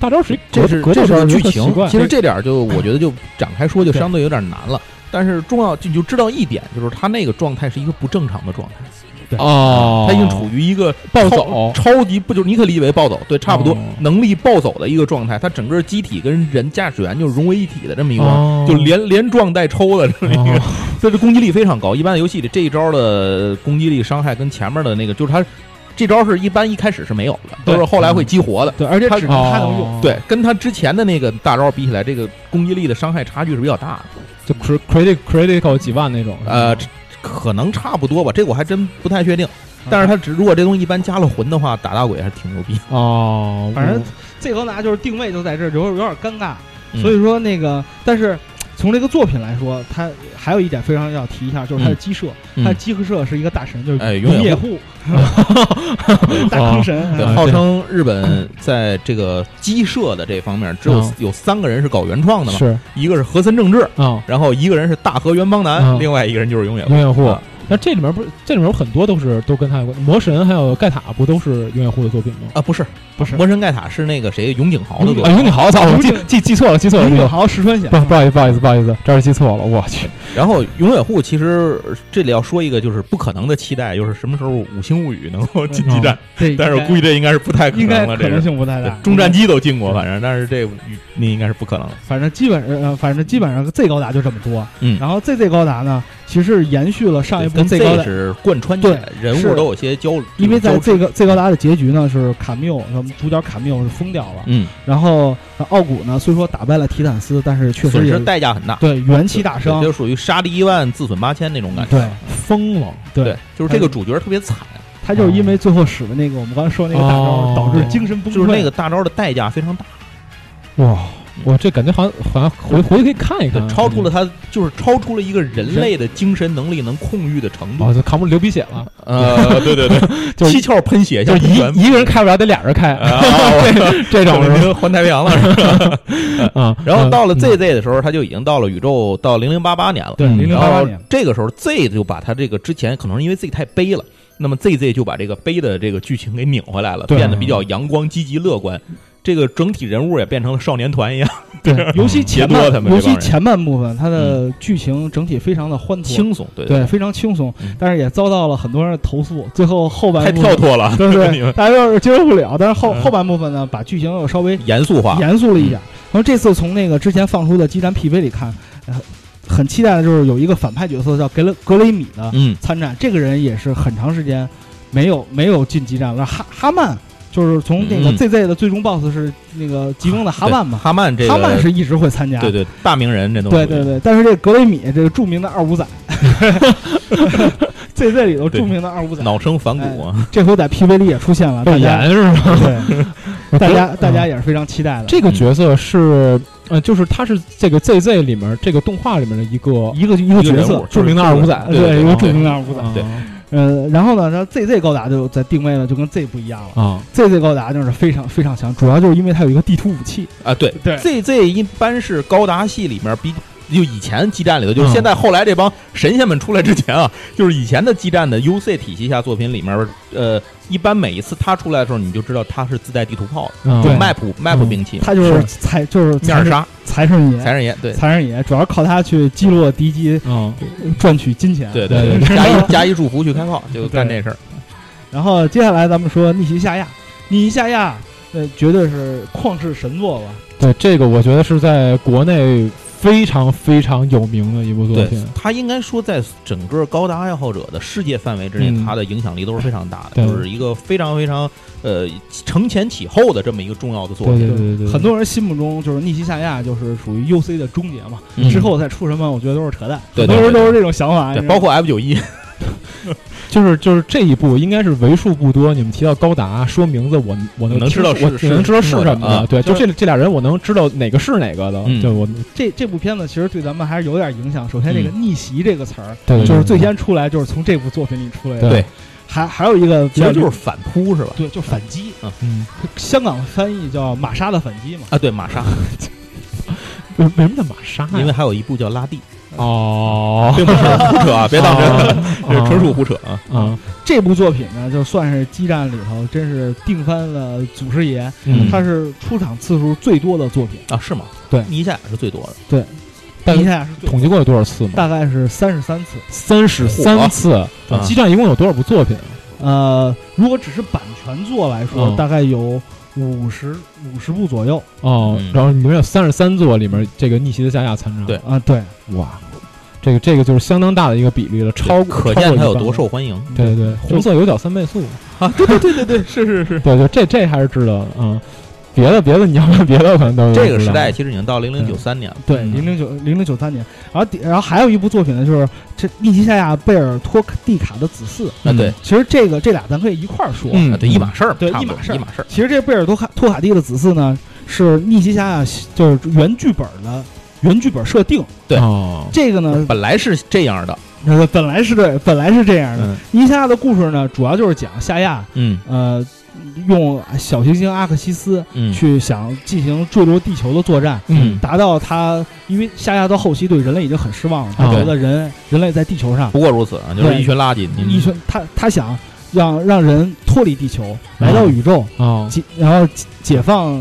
大招是一这格是格斗这是招个就剧很奇情怪，其实这点儿就我觉得就展开说就相对有点难了。但是重要就你就知道一点，就是他那个状态是一个不正常的状态，啊哦，他已经处于一个暴超走超级不就是你可以理解为暴走，对，差不多哦能力暴走的一个状态。他整个机体跟人驾驶员就融为一体的这么一个，哦就连连撞带抽的这么一个，哦所以这攻击力非常高。一般的游戏里这一招的攻击力伤害跟前面的那个就是他这招是一般一开始是没有的，都对是后来会激活的。对，而且它只能他能用。哦对，跟他之前的那个大招比起来，这个攻击力的伤害差距是比较大的，就 cri- critical critical 几万那种，呃，可能差不多吧，这个我还真不太确定。嗯但是嗯他只如果这东西一般加了魂的话，打大鬼还是挺牛逼。哦，反正 Z 高达就是定位就在这儿，有有点尴尬。嗯所以说那个，但是从这个作品来说，它还有一点非常要提一下，就是它的鸡舍，嗯它的鸡舍是一个大神，就是哎永永野户， 哦大坑神，对，啊号对称日本在这个鸡舍的这方面，只有嗯有三个人是搞原创的嘛，是一个是和森正治，啊，然后一个人是大和原邦男，嗯另外一个人就是永远永远户啊。那这里面不是这里面有很多都是都跟他有关，魔神还有盖塔不都是永远户的作品吗？啊，不是不是魔神盖塔是那个谁永井豪的永作啊，品。永井豪，操！我记永井记记错了，记错了，永记野错了豪石川显不，不好意思，不好意思，不好意思，这是记错了，我去。然后永远户其实这里要说一个就是不可能的期待，就是什么时候《五星物语》能够进嗯基站，对， 但是我估计这应该是不太可应该能应该了，可这能是。性不太对大。中战机都进过，反正，但是这那应该是不可能了。反正基本呃，反正基本上 Z 高达就这么多。嗯然后 ZZ 高达呢，其实延续了上一部跟 Z 这高个达，是贯穿起来，人是物都有些交，因为在有交织这个 Z 高达的结局呢是卡缪，那么主角卡缪是疯掉了。嗯，然后呃奥古呢虽说打败了提坦斯，但是确损实也失代价很大，对元气大伤对，就属于杀敌一万自损八千那种感觉。对疯了，对对，就是这个主角特别惨，他就是因为最后使的那个我们刚才说那个大招哦，导致精神崩溃，就是那个大招的代价非常大，哇！我这感觉好像好像回回去可以看一看，嗯啊超出了他就是超出了一个人类的精神能力能控御的程度啊，。就扛不住流鼻血了，呃，对对对， 就是七窍喷血，就嗯像是一喷泉一个人开不了，得俩人开， 啊，我这 种证是吧明环太平洋了是吧？啊。然后到了嗯 ZZ 的时候，他就已经到了宇宙到零零八八年了。对嗯零零然八八后年，这个时候 Z 就把他这个之前可能是因为 Z 太悲了，那么 ZZ 就把这个悲的这个剧情给拧回来了，对变得比较阳光、积极、乐观。这个整体人物也变成了少年团一样，对，尤嗯其杰前多他半们这帮尤其人前半部分，它的剧情整体非常的欢脱，轻松，对对，，非常轻松嗯，但是也遭到了很多人的投诉。最后后半太部跳分，脱了， 对你对，们大家有点接受不了，但是后嗯后半部分呢，把剧情又稍微 严肃化，严肃了一下。然后这次从那个之前放出的基站 PV 里看，呃很期待的就是有一个反派角色叫格雷格雷米的嗯，参战，这个人也是很长时间没有没有进基站了。哈哈曼就是从那个嗯 ZZ 的最终 BOSS 是那个吉翁的哈曼嘛，哈曼这个，哈曼是一直会参加，对对大名人，这都对对，对，但是这格雷米这个著名的二 五仔，ZZ 里头著名的二五仔，脑生反骨啊，这回在 PV 里也出现了，大被家严是吗？ 对，大家嗯大家也是非常期待的。这个角色是呃，就是他是这个 ZZ 里面这个动画里面的一个一个一一个个角人色物，著名的二五仔，对对一个著对名的二五仔。对呃，然后呢，它 ZZ 高达就在定位呢就跟 Z 不一样了啊， ，ZZ 高达就是非常非常强，主要就是因为它有一个地图武器，啊对对，ZZ 一般是高达系里面比。就以前基站里头，就是嗯现在后来这帮神仙们出来之前啊，就是以前的基站的 UC 体系下作品里面，呃，一般每一次他出来的时候，你就知道他是自带地图炮的，嗯就对 map map 兵器，它就是财就是面财儿神杀财神爷财神爷，对财神爷，主要靠它去击落敌机嗯赚取金钱。对对 对，加一加一祝福去开炮，就干这事儿。然后接下来咱们说逆袭夏亚，逆袭夏亚，呃，绝对是旷世神作吧。对，这个我觉得是在国内非常非常有名的一部作对品，他应该说，在整个高达爱好者的世界范围之内，嗯他的影响力都是非常大的，对就是一个非常非常呃承前启后的这么一个重要的作对品。对对对，很多人心目中就是逆袭夏亚就是属于 UC 的终结嘛，嗯之后再出什么，我觉得都是扯淡。对很多对人对都是这种想法，对你知道吗包括 F 九一，就是就是这一部应该是为数不多，你们提到高达说名字我，我能听能知道是我只是能知道是是什什么么的的，对，就就是这这俩人我能知道哪个是哪个的，嗯就我这这部片子其实对咱们还是有点影响。首先，这个“嗯逆袭”这个词儿，对就是最先出来就是从这部作品里出来的。对对，还还有一个比其较实就是反扑是吧？对，就反击，嗯，香港翻译叫“玛莎的反击”嘛。啊，对，玛 莎，为为什么叫玛莎呀？因为还有一部叫拉蒂，哦，并不是胡扯啊，别当哦真， 这啊是纯属胡扯啊。啊，这部作品呢，就算是激战里头真是定翻了祖师爷，嗯它是出场次数最多的作品，啊，是吗？对尼夏是最多的，但一下是最统计过有多少次吗？大概是三十三次。三十三次火啊。基站一共有多少部作品？呃，如果只是版权作来说，嗯大概有五十五十部左右哦嗯，然后里面有三十三座，里面这个逆袭的下下参战。对啊、对，哇，这个这个就是相当大的一个比例了，超可见它它有多。受欢迎。嗯对对对，红色有角三倍速。对对对对对， 是是是。对对，这这还是知道的嗯。别的别的，你要问别的，可能都这个时代其实已经到零零九三年了，对，嗯零零九零零九三年，然后第然后还有一部作品呢，就是这《逆袭夏亚贝尔托蒂卡的子嗣》。啊，对，其实这个这俩咱可以一块儿说。嗯啊，对一码事儿嘛，对差不多一码事儿一码事儿。其实这贝尔托卡托卡蒂的子嗣呢，是逆袭夏亚就是原剧本的原剧本设定。对哦，这个呢，本来是这样的，呃本来是这本来是这样的。嗯尼夏的故事呢，主要就是讲夏亚嗯呃用小行星阿克西斯嗯去想进行坠落地球的作战。嗯。达到他，因为夏亚到后期对人类已经很失望了，他啊觉得人、人类在地球上不过如此啊，就是一群垃圾，你一群，他他想让让人脱离地球，来到宇宙，哦，解然后解解放，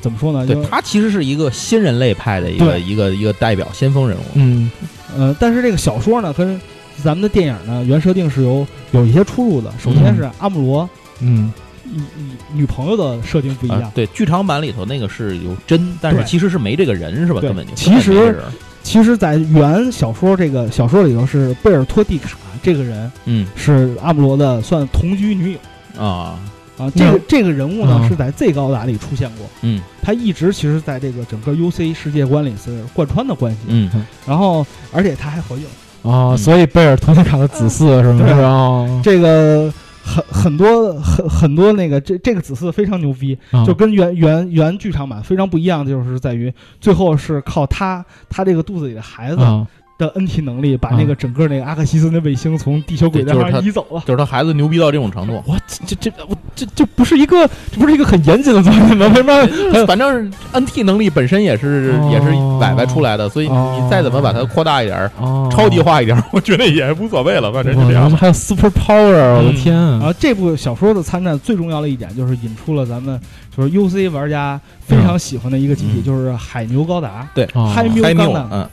怎么说呢？嗯对就他其实是一个新人类派的一个对一个一个代表先锋人物。嗯，呃，但是这个小说呢，跟咱们的电影呢原设定是有有一些出入的。首先是阿姆罗嗯，女女女朋友的设定不一样，啊，对，剧场版里头那个是有真，但是对其实是没这个人是吧？对根本就其根本没实嗯这人其实，在原小说这个小说里头是贝尔托蒂卡这个人嗯是阿姆罗的算同居女友。啊，啊，这个那这个人物呢、啊是在 Z 高达里出现过，嗯他一直其实在这个整个 UC 世界观里是贯穿的关系。嗯，然后，而且她还怀孕了，哦嗯，所以贝尔托尼卡的子嗣是吗？对是吧哦，这个很很多很很多那个这这个子嗣非常牛逼，嗯啊就跟原原原剧场版非常不一样，就是在于最后是靠她她这个肚子里的孩子 嗯啊，的 NT 能力，把啊那个整个那个阿克西斯那卫星从地球轨对道就是上她移走了。就是他孩子牛逼到这种程 度，我这这这我这这不是一个这不是一个很严谨的作品吗？为什么就是反正 NT 能力本身也是哦也是崴崴出来的，所以哦你再怎么把它扩大一点儿，哦超级化一点儿， 我觉得也无所谓了，反正就这哇样咱们吧。还有 super power，我的嗯天然啊！后这部小说的参战最重要的一点就是引出了咱们就是 UC 玩家非常喜欢的一个集体，嗯就是海牛高达。哦嗨缪嗨缪钢弹，嗯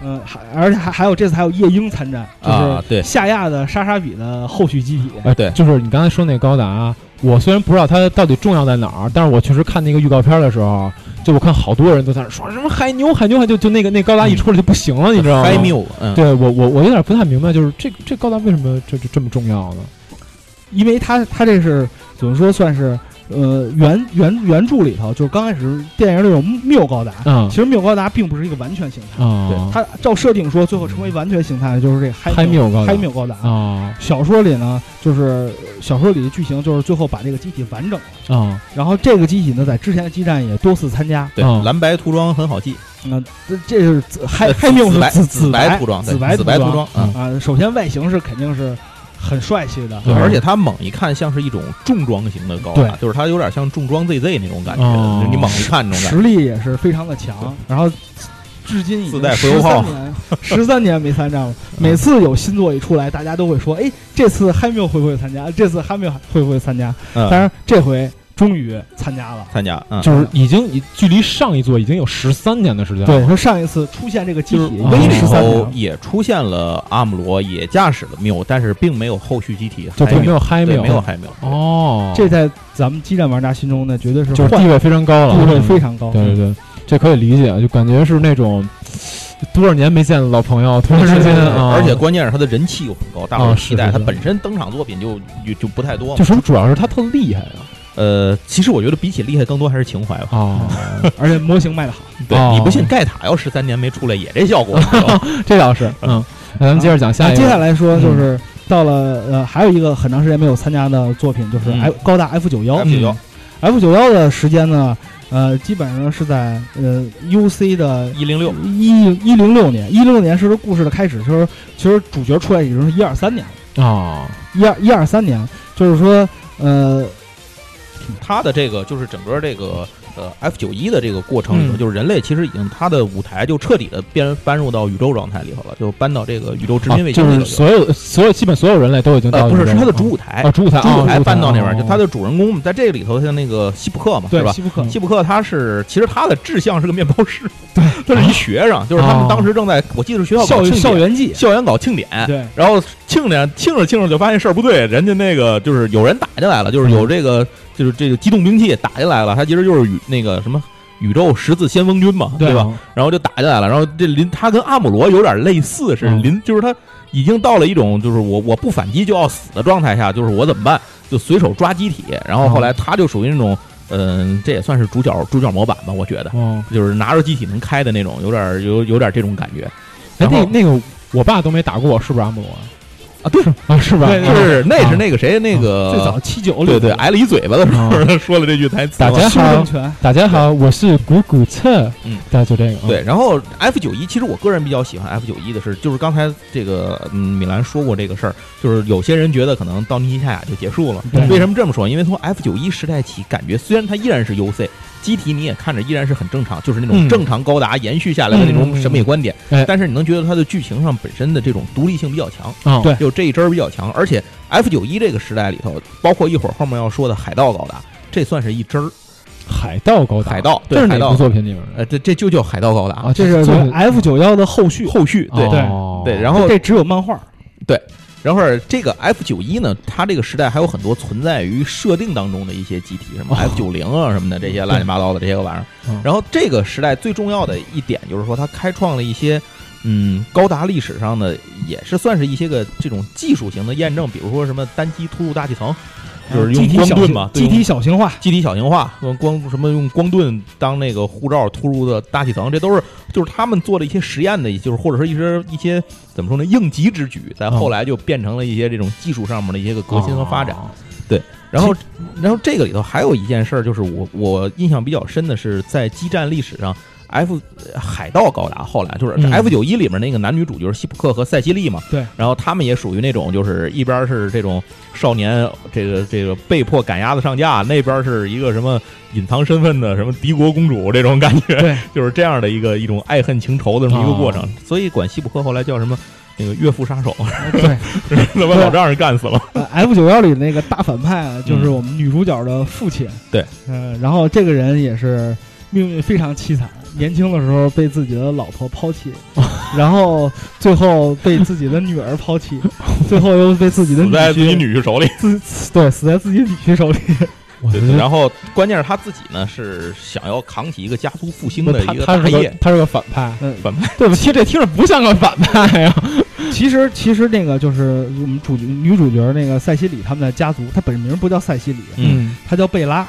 嗯，还而且还还有这次还有夜鹰参战，啊就，对是夏亚的莎莎比的后续集体。哎，对就是你刚才说那个高达，啊我虽然不知道它到底重要在哪儿，但是我确实看那个预告片的时候，就我看好多人都在那说什么海牛海牛海牛，就那个那高达一出来就不行 了，你知道吗？嗨缪，嗯，对我我我有点不太明白，就是这这高达为什么这这这么重要呢？因为他他这是怎么说算是呃原原原著里头，就是刚开始电影里有缪高达，嗯其实缪高达并不是一个完全形态，啊，它照设定说最后成为完全形态的就是这个嗨嗨缪高达嗨缪高达。啊小说里呢，就是呃小说里的剧情就是最后把这个机体完整了，啊然后这个机体呢在之前的基站也多次参加，对嗯，蓝白涂装很好记，那这这是紫嗨呃嗨缪紫是白紫紫白涂装，对紫白紫白涂涂装，嗯嗯。啊，首先外形是肯定是很帅气的，对而且它猛一看像是一种重装型的高达，就是它有点像重装 ZZ 那种感觉，哦就是你猛一看那种感觉。实力也是非常的强，然后至今已自经带回十头炮三年十三年没参战 了，每次有新作一出来，大家都会说，哎，这次嗨缪会不会参加？这次嗨缪会不会参加？嗯，当然这回终于参加了。参加，嗯，就是已经已距离上一座已经有十三年的时间了。对，他上一次出现这个机就是体哦已微经里十三年啊头了，也出现了阿姆罗，也驾驶了缪，但是并没有后续机体，就还就没有嗨对缪，没有海缪。哦，这在咱们激战玩家心中呢，绝对是就是换地位非常高了，地位嗯非常高。对对对，这可以理解，就感觉是那种多少年没见的老朋友，突然之间啊，而且关键是他的人气又很高，大伙啊儿是期待。是他是本身登场作品就就就不太多就嘛。是主要是他特厉害啊，呃，其实我觉得比起厉害，更多还是情怀吧。哦，而且模型卖的好，哦对，你不信盖塔要十三年没出来也这效果，这倒是，嗯，那咱们接着讲下那啊一个，接下来说就嗯是到了呃，还有一个很长时间没有参加的作品，就是嗯 F 高达 F 九幺还。比较嗯 F 九幺的时间呢，呃，基本上是在呃 UC 的一零六，一一零六年，一六年是故事的开始，就是其实主角出来已经是一二三年了，啊，一二一二三年，就是说呃他的这个就是整个这个呃 F 九一的这个过程里头，嗯就是人类其实已经他的舞台就彻底的变搬入到宇宙状态里头了，就搬到这个宇宙殖民卫星啊就里头是所了。有所有基本所有人类都已经到呃，不是，是他的主主舞台啊，主舞台主啊，舞台搬到那边儿哦去，他的主人公在这个里头，像那个西普克嘛，对是吧？西部克嗯西普克他是，其实他的志向是个面包师，对， 他是一学生，就是他哦们当时正在，我记得是学校搞校庆典校园季，校园搞庆典，对，然后庆典庆着庆着就发现事儿不对，人家那个就是有人打进来了，就是有这个就是这个机动兵器打进来了，他其实就是宇那个什么宇宙十字先锋军嘛，对啊吧？？然后就打进来了。然后这林他跟阿姆罗有点类似，是嗯林、就是他已经到了一种就是我我不反击就要死的状态下，就是我怎么办？就随手抓机体。然后后来他就属于那种，嗯、这也算是主角主角模板吧，我觉得哦，就是拿着机体能开的那种，有点有有点这种感觉。哎，然那后那个我爸都没打过我，是不是阿姆罗？啊，对，啊，是吧？对就对是那啊是那个谁那个最早七九里啊对对啊挨了一嘴巴的时候，他说了这句台词打嘛。架修正权，大家好，我是古古策，嗯，大家就这个，啊对，然后 F 九一，其实我个人比较喜欢 F 九一的是，就是刚才这个嗯米兰说过这个事儿，就是有些人觉得可能到尼西夏亚就结束了对，为什么这么说？因为从 F 九一时代起，感觉虽然它依然是 UC 机体，你也看着依然是很正常，就是那种嗯正常高达延续下来的那种审美观点，嗯嗯嗯哎但是你能觉得它的剧情上本身的这种独立性比较强，啊，对就这一支儿比较强，而且 F 九一这个时代里头，包括一会儿后面要说的海盗高达，这算是一支儿海盗高达，海盗，这对是海哪部盗。作品里面的？呃，这这就叫海盗高达啊，这是作品 F 九幺的后续，后续对、哦对，然后这只有漫画，然后这个 F 九一呢，它这个时代还有很多存在于设定当中的一些机体，什么哦 F 九零啊什么的这嗯些乱七八糟的这些个玩意嗯儿。然后这个时代最重要的一点就是说，它开创了一些。嗯，高达历史上的也是算是一些个这种技术型的验证，比如说什么单机突入大气层，就是用机体光小盾型嘛对机体小型化，机体小型化，用光什么用光盾当那个护罩突入的大气层，这都是就是他们做的一些实验的，就是或者说一些一些怎么说呢应急之举，在后来就变成了一些这种技术上面的一些个革新和发展。哦然后，然后这个里头还有一件事儿，就是我我印象比较深的是，在激战历史上，F 呃海盗高达后来就是嗯 F 九一里面那个男女主角希普克和塞西利嘛，对，然后他们也属于那种就是一边是这种少年这个这个被迫赶鸭子上架，那边是一个什么隐藏身份的什么敌国公主这种感觉，对，就是这样的一个一种爱恨情仇的这么一个过程，哦所以管希普克后来叫什么那个岳父杀手，对， 他把老丈人干死了。呃，F 九幺里的那个大反派啊，就是我们女主角的父亲。嗯对，呃，然后这个人也是命运非常凄惨，年轻的时候被自己的老婆 抛弃，然后最后被自己的女儿 抛弃，最后又被自己的死女在自己婿女婿手里，自死对死在自己女婿手里。 我觉对，得然后关键是他自己呢是想要扛起一个家族复兴的他一个大他是业个，他是个反派，嗯，反派对不起，这听着不像个反派呀。其实其实那个就是我们主角女主角那个塞西里他们的家族，她本名不叫塞西里，嗯，她叫贝拉，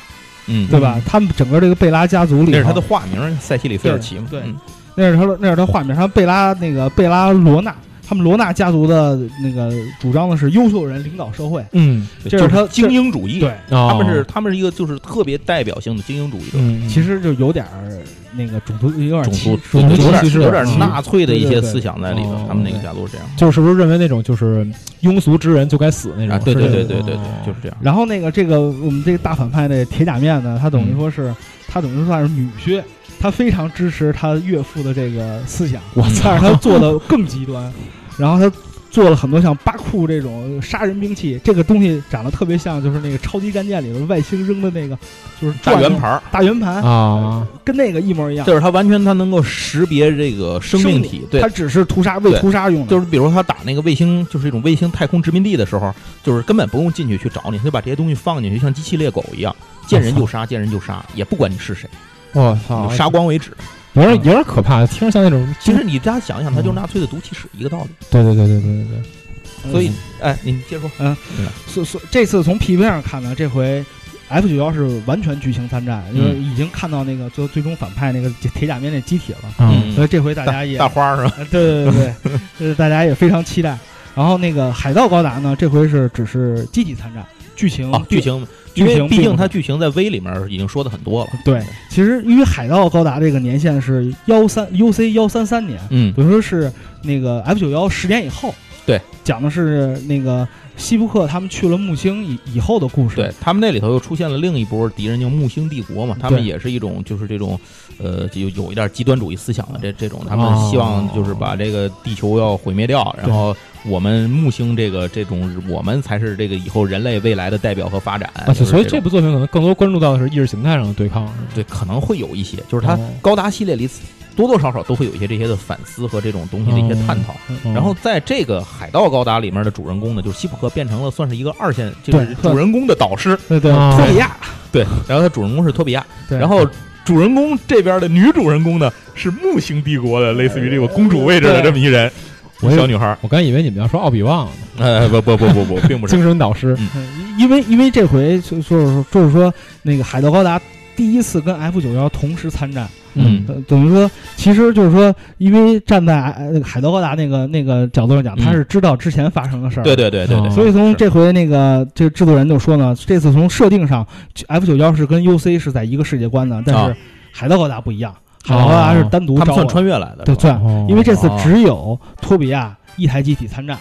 嗯，对吧嗯？他们整个这个贝拉家族里，那是他的化名塞西里菲尔奇嘛，对对嗯那是他那是他化名，他贝拉那个贝拉罗纳，他们罗纳家族的那个主张的是优秀人领导社会，嗯，对这就是他精英主义，对，他他们是他们是一个就是特别代表性的精英主义者，嗯，其实就有点儿那个种族有点种歧族视，种族对歧有点视有点嗯纳粹的一对对些对思想在里头哦，他们那个家族是这样就是不是认为那种就是庸俗之人就该死那种啊，？对是对这对种对对哦对，就是这样，然后那个这个我们这个大反派的铁甲面呢，他等嗯于说是、他等于算是女婿，他非常支持他岳父的这个思想，我但是他做的更极端，然后他。做了很多像巴库这种杀人兵器，这个东西长得特别像，就是那个超级战舰里头外星扔的那个，就是大转圆的盘儿。大圆盘，啊，跟那个一模一样。就是他完全他能够识别这个生命体，对它，只是屠杀为对屠杀用的，就是比如说他打那个卫星，就是一种卫星太空殖民地的时候，就是根本不用进去去找你，他就把这些东西放进去，像机器猎狗一样，见人就杀，见人就杀，也不管你是谁，我哦你操就，杀光为哎止。有点有点可怕，听着像那种其实你大家想想，它就是纳粹的毒气室一个道理。对对对对对对嗯所以，哎，你接着说，所所这次从 PV 上看呢，这回 F 九幺是完全剧情参战，嗯就是已经看到那个最最终反派那个铁甲面那机体了，嗯所以这回大家也大花是吧？ 呃对对对对， 就是大家也非常期待。然后那个海盗高达呢，这回是只是机体参战，剧情啊，剧情，嗯剧因情为毕并竟不它剧情在 V 里面已经说的很多了。对，其实因为海盗高达这个年限是幺三 UC 幺三三年，嗯，比如说是那个 F 九幺十年以后，对，讲的是那个西部克他们去了木星以以后的故事，对，他们那里头又出现了另一波敌人，叫木星帝国嘛，他们对也是一种就是这种，呃，有有一点极端主义思想的这这种，他哦们希望就是把这个地球要毁灭掉，然后我们木星这个这种，我们才是这个以后人类未来的代表和发展。啊，就是所以这这种部作品可能更多关注到的是意识形态上的对抗，是吧对可能会有一些，就是它哦高达系列里多多少少都会有一些这些的反思和这种东西的一些探讨。嗯然后在这个海盗高达里面的主人公呢，就是西普克变成了算是一个二线，就对是主人公的导师。对对，啊呃托比亚，对，然后他主人公是托比亚，对然后主人公这边的女主人公呢是木星帝国的，类似于这个公主位置的这么一人，我也小女孩。我刚以为你们要说奥比旺呢，呃，不不不不 不，并不是精神导师，嗯因为因为这回就就是说就是说那个海盗高达第一次跟 F 九幺同时参战，嗯呃等于说，其实就是说，因为站在呃那个海德高达那个那个角度上讲，嗯他是知道之前发生的事儿，对对对对对，所以从是这回那个这制作人就说呢，这次从设定上，F 九幺是跟 UC 是在一个世界观的，但啊哦是海盗高达不一样，海盗高达是单独他们召算唤穿越来的，对是吧算，哦因为这次只有托比亚一台机体参战，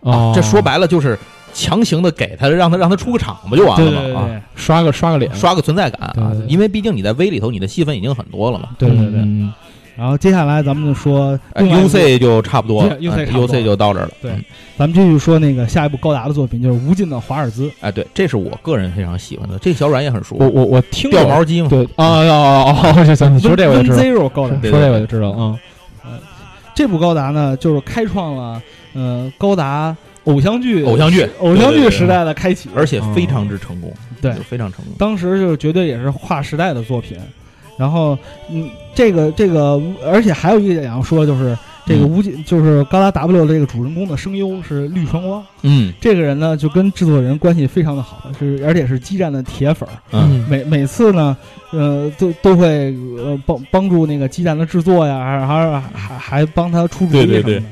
哦这说白了就是强行的给他，让他让他出个场不就完对了对对吗？啊，对刷个刷个脸，刷个存在感啊对对，对因为毕竟你在 V 里头，你的戏份已经很多了嘛。对对对。嗯然后接下来咱们就说哎另外一部 UC 就差不多了对，UC 哎差不多，UC 就到这儿了。对嗯，咱们继续说那个下一部高达的作品，就是《无尽的华尔兹》。哎，对，这是我个人非常喜欢的，这个小软也很熟我，我我听过掉毛机嘛。对啊哦哦哦，行啊行，你说这我就知 Win 道， Zero 高达，对对说这我就知道啊。这部高达呢，就是开创了呃高达偶像剧偶像剧偶像对对剧对时代的开启，而且非常之成功，对非常成功。当时就是绝对也是跨时代的作品。然后，嗯，这个这个，而且还有一点要说，就是这个嗯无尽，就是高达 W 的这个主人公的声优是绿川光，嗯这个人呢就跟制作人关系非常的好，是而且是激战的铁粉儿，嗯，每每次呢，呃，都都会呃帮帮助那个激战的制作呀，还还还还帮他出主对意什么对的。对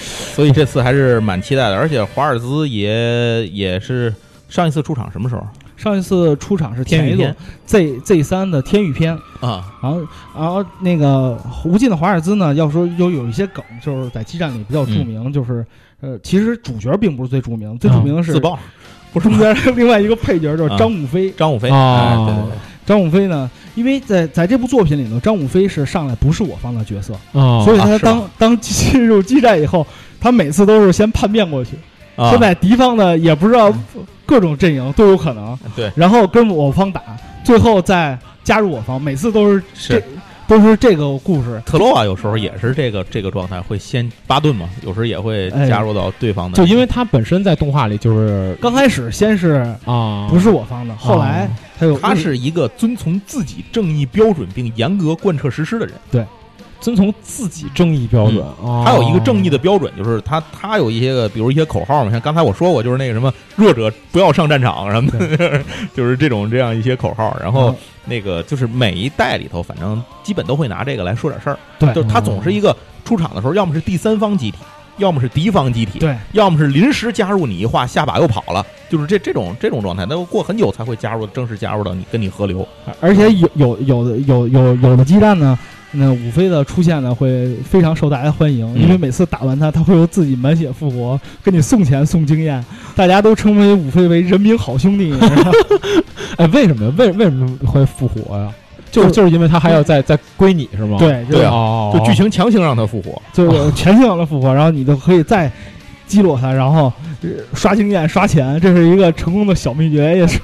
所以这次还是蛮期待的。而且华尔兹也也是上一次出场什么时候上一次出场是前一天座宇 Z Z 三的天宇篇，啊？然后，然后那个无尽的华尔兹呢，要说又有一些梗，就是在基站里比较著嗯名，就是呃，其实主角并不是最著名，最著名的是自爆不是中间另外一个配角就是啊张武飞。张武飞哎哦对对对，张武飞呢，因为在在这部作品里头，张武飞是上来不是我方的角色，哦，所以啊他是吗当、当进 入基站以后，他每次都是先叛变过去，啊哦嗯现在敌方呢也不知道各种阵营都有可能，对然后跟我方打，最后再加入我方，每次都是是都是这个故事。特洛瓦有时候也是这个这个状态，会先巴顿嘛，有时候也会加入到对方的，就因为他本身在动画里就是刚开始先是啊，不是我方的，后来他又哦他是一个遵从自己正义标准并严格贯彻实施的人，遵从自己正义标准，哦他有一个正义的标准，就是他他有一些个，比如一些口号嘛，像刚才我说过，就是那个什么弱者不要上战场什么的， 就是这种这样一些口号。然后嗯那个就是每一代里头，反正基本都会拿这个来说点事儿，对就是他嗯总是一个出场的时候，要么是第三方机体，要么是敌方机体，对要么是临时加入你一话，下把又跑了，就是这这种这种状态。那过很久才会加入，正式加入到你跟你合流。而且有有有的有有有的鸡蛋呢，那五飞的出现呢会非常受大家欢迎，嗯因为每次打完他，他会由自己满血复活，给你送钱送经验，大家都称为五飞为人民好兄弟。然后哎，为什么呀？为为什么会复活呀？就就就是因为他还要再再归你是吗？对，就对啊哦，就剧情强行让他复活，就是全性的复活，然后你就可以再击落他，然后呃刷经验刷钱，这是一个成功的小秘诀，也是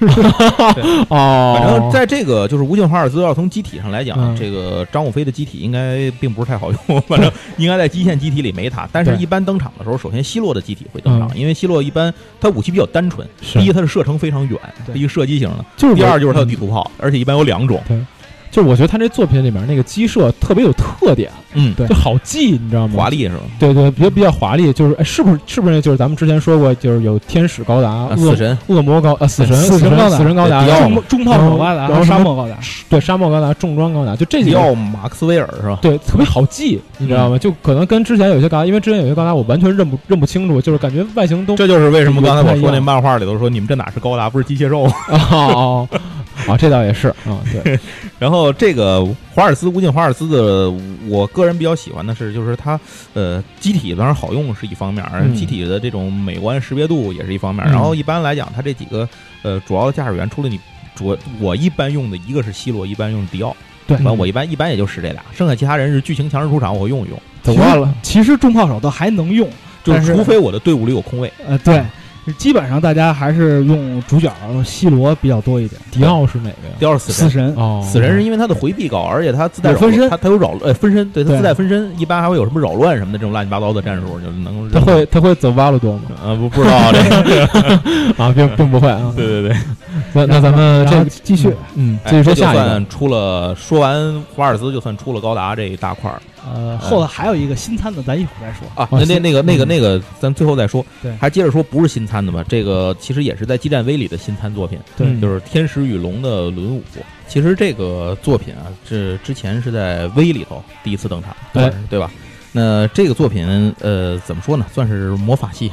哦，反正在这个就是无尽华尔兹，要从机体上来讲，嗯这个张武飞的机体应该并不是太好用，反正应该在基线机体里没他。但是，对嗯一般登场的时候，首先希洛的机体会登场，因为希洛一般他武器比较单纯，是第一它的射程非常远，对是一个射击型的；就是我嗯第二就是它有地图炮，而且一般有两种。就是我觉得他这作品里面那个鸡舍特别有特点，嗯，对就好记，你知道吗？华丽是吧？对对，比较比较华丽，就是哎，是不是是不是就是咱们之前说过，就是有天使高达、啊恶死神哎恶魔高呃死神、死神神高达死神高达、对迪奥然嘛后中中炮手高达然后和什么沙漠高达。对沙漠高达、重装高达，就这几迪个奥嗯马克斯威尔是吧？对特别好记，你知道吗？就可能跟之前有些高达，因为之前有些高达我完全认不认不清楚，就是感觉外形都这就是为什么刚才我不说太一那样漫画里头说你们这哪是高达，不是机械兽。 哦哦哦，啊，这倒也是啊， 对，然后这个华尔兹无尽华尔兹的，我个人比较喜欢的是，就是它呃机体当然好用是一方面，而嗯机体的这种美观识别度也是一方面。嗯然后一般来讲，它这几个呃主要的驾驶员，除了你主我一般用的一个是希罗，一般用迪奥，嗯对完我一般一般也就使这俩，剩下其他人是剧情强势出场我会用一用，走其实过了。其实重炮手倒还能用，就但是除非我的队伍里有空位。呃，对，基本上大家还是用主角西罗比较多一点。迪奥是哪个呀？第二死死神。神，哦，死神是因为他的回避高，而且他自带有扰分身他他有扰呃分身，对他对自带分身，一般还会有什么扰乱什么的这种乱七八糟的战术，就能他呃会他会走瓦鲁多吗？ 啊，不不知道这个，啊，并并不会啊。对对对，那那咱们然后这继续，嗯，哎继续说这就下一个算出了说完华尔兹，就算出了高达这一大块儿嗯呃，后头还有一个新餐的，咱一会儿再说。啊。哦那那行那个那个嗯那个，咱最后再说。对还接着说，不是新参的吧？这个其实也是在《激战威》里的新参作品，对嗯就是《天使与龙的轮舞》。其实这个作品啊，这之前是在《威》里头第一次登场，对对吧？那这个作品，呃，怎么说呢？算是魔法 系，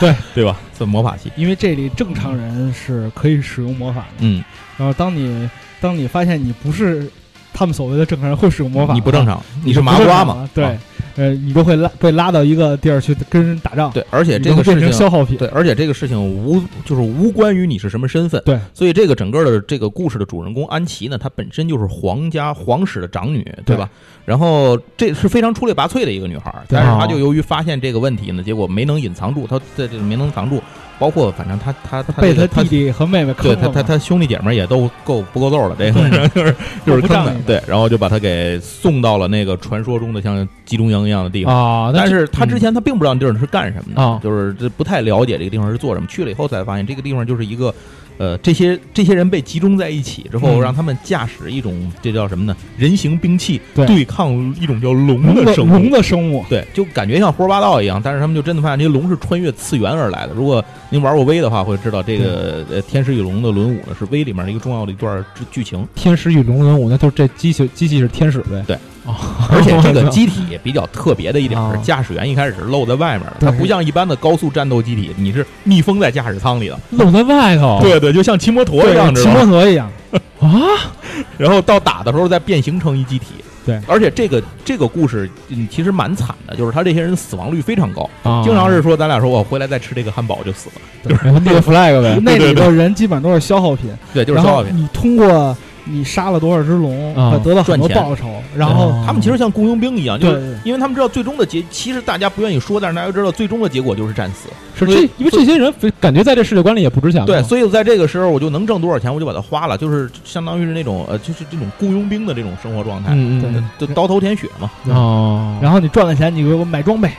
对对吧？算魔法系，因为这里正常人是可以使用魔法的，嗯，然后当你当你发现你不是他们所谓的正常人会使用魔法，啊你不正，常，你是麻不正瓜常嘛了？对啊，呃，你就会拉被拉到一个地儿去跟人打仗，对，而且你这就会个事变成情消耗品。对，而且这个事情无就是无关于你是什么身份，对，所以这个整个的这个故事的主人公安琪呢，她本身就是皇家皇室的长女，对吧？然后这是非常出类拔萃的一个女孩儿，对啊但是她就由于发现这个问题呢，结果没能隐藏住，她在这个没能藏住，包括反正她她她被这他个她弟弟和妹妹坑对了她嘛她她兄弟姐妹儿也都够不够揍了，这个然后就是就是不坑仗的义，对，然后就把她给送到了那个传说中的像集中营一样的地方。啊，那但这是他之前他并不知道那地儿是干什么的，啊就是这不太了解这个地方是做什么。去了以后才发现，这个地方就是一个，呃，这些这些人被集中在一起之后，嗯让他们驾驶一种这叫什么呢？人形兵器对对抗一种叫龙龙的的生龙物。的生物，对，就感觉像胡说八道一样，但是他们就真的发现这些龙是穿越次元而来的。如果您玩过 V 的话，会知道这个嗯呃《天使与龙的轮舞》呢是 V 里面的一个重要的一段剧剧情，天使与龙轮舞，那就是这机器机器是天使呗，对哦， 而且这 个机体比较特别的一点是哦啊，驾驶员一开始是露在外面的，对它不像一般的高速战斗机体，你是密封在驾驶舱里的。露在外头，对对，就像骑摩托一样，知哦骑道摩吗？托一样，啊，然后到打的时候再变形成一机体。对而且这个这个故事嗯其实蛮惨的，就是他这些人死亡率非常高，啊哦经常是说咱俩说我回来再吃这个汉堡就死了，哎立个 flag 呗，那对对对里的人基本上都是消耗品，对，就是然消后耗品。你通过你杀了多少只龙，啊可得到很多赚钱报酬，然后哦嗯他们其实像雇佣兵一样，就对是。因为他们知道最终的结，其实大家不愿意说，但是大家知道最终的结果就是战死。是所这以，因为这些人感觉在这世界观里也不值啊钱嘛，对，所以在这个时候我就能挣多少钱，我就把它花了，就是相当于是那种呃，就是这种雇佣兵的这种生活状态，嗯嗯就刀头舔血 嘛，嗯，哦，然后你赚了钱，你给我买装备，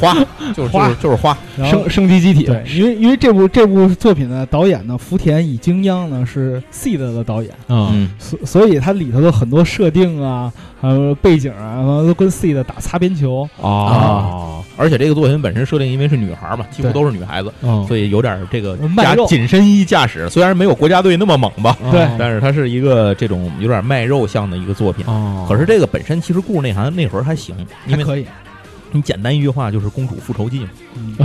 花就是就花是就是花，然后升升级机体，对，因为因为这部这部作品的导演呢，福田乙经央呢是 Seed 的导演，嗯，嗯，所所以它里头的很多设定啊，还有背景啊，完了都跟 Seed 打擦边球，哦，嗯啊而且这个作品本身设定因为是女孩嘛，几乎啊对都是女孩子，嗯，所以有点这个卖驾肉紧身衣驾驶，虽然没有国家队那么猛吧，哦对但是它是一个这种有点卖肉像的一个作品。哦，可是这个本身其实故事内涵那会儿还行，因还为可以，你简单一句话就是“公主复仇记”嘛，嗯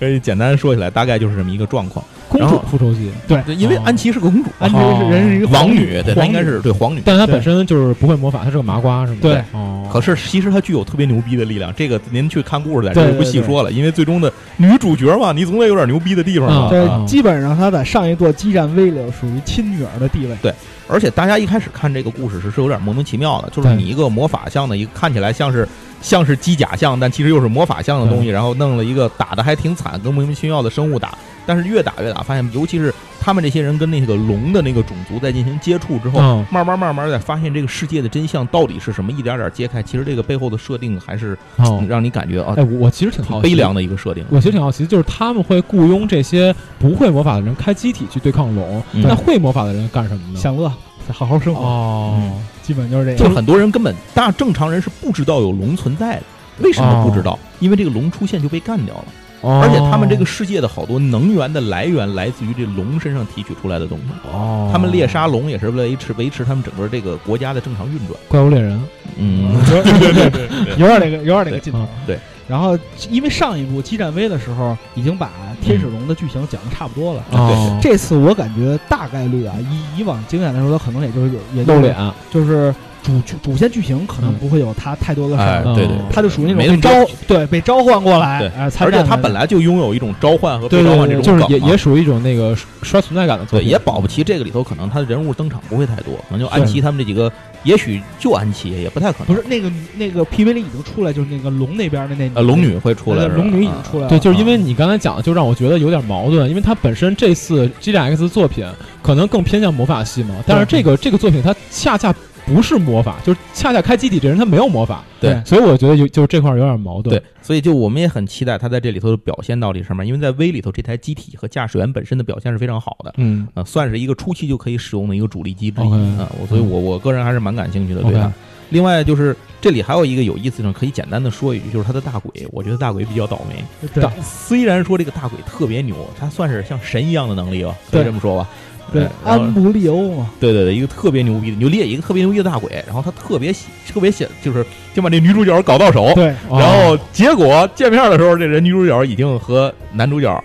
所以简单说起来大概就是这么一个状况。公然主后复仇记，对，对因为哦安琪是个公主，安琪是人是一个哦王女，对，她皇应该女是对皇女。但是她对本身就是不会魔法，她是个麻瓜，是吗？对，哦，可是其实她具有特别牛逼的力量，这个您去看故事来对这对就不细对说了，因为最终的女主角嘛，你总得有点牛逼的地方吧。啊这啊基本上他在上一座激战威流属于亲女儿的地位，而且大家一开始看这个故事时是有点莫名其妙的，就是对你一个魔法像的一个看起来像是像是机甲像，但其实又是魔法像的东西，然后弄了一个打的还挺惨，跟莫名其妙的生物打，但是越打越打，发现尤其是他们这些人跟那个龙的那个种族在进行接触之后，嗯慢慢慢慢在发现这个世界的真相到底是什么，一点点揭开，其实这个背后的设定还是哦，让你感觉啊哎，我我其实挺好挺奇悲凉的一个设定。我其实挺好奇，就是他们会雇佣这些不会魔法的人开机体去对抗龙，嗯那会魔法的人干什么呢？享乐，好好生活，哦，基本就是这就是样。很多人根本大正常人是不知道有龙存在的，为什么不知哦道？因为这个龙出现就被干掉了。而且他们这个世界的好多能源的来源来自于这龙身上提取出来的东西。哦，他们猎杀龙也是为了维持维持他们整个这个国家的正常运转。怪物猎人，嗯，有点对对 对，有点那个有点那个对劲头。对，然后因为上一部激战威的时候已经把天使龙的剧情讲的差不多嗯了。哦，这次我感觉大概率啊，以以往经验来说，它可能也就是有也就是露脸，就是主剧主线剧情可能嗯不会有它太多的事哎儿，嗯，对对，它就属于那没种那被么召多对被召唤过来对，哎，参而且战他的本来就拥有一种召唤和对被召唤这对，种就是也梗嘛啊也属于一种那个刷存在感的作对，品，也保不齐这个里头可能他的人物登场不会太多，可能就安琪他们这几个，也许就安琪也不太可能。不是那个那个 PV 里已经出来，就是那个龙那边的那呃，龙女会出来呃是吧，啊龙女已经出来了，对，就是因为嗯你刚才讲的，就让我觉得有点矛盾，因为它本身这次 G 2 X 作品可能更偏向魔法系嘛，但是这个这个作品它恰恰不是魔法，就是恰恰开机体这人他没有魔法，对所以我觉得有就是这块儿有点矛盾对。，所以就我们也很期待他在这里头的表现到底是什么，因为在 V 里头这台机体和驾驶员本身的表现是非常好的，嗯，啊，算是一个初期就可以使用的一个主力机制 OK 啊，我所以我我个人还是蛮感兴趣的对 OK 它。另外就是这里还有一个有意思的，可以简单的说一句，就是它的大鬼，我觉得大鬼比较倒霉。对大虽然说这个大鬼特别牛，他算是像神一样的能力吧，可以对这么说吧。对嗯呃，然后安布利欧嘛，对对对，一个特别牛逼的，你就列一个特别牛逼的大鬼，然后他特别喜特别想就是就把这女主角搞到手，对，哦然后结果见面的时候，这人女主角已经和男主角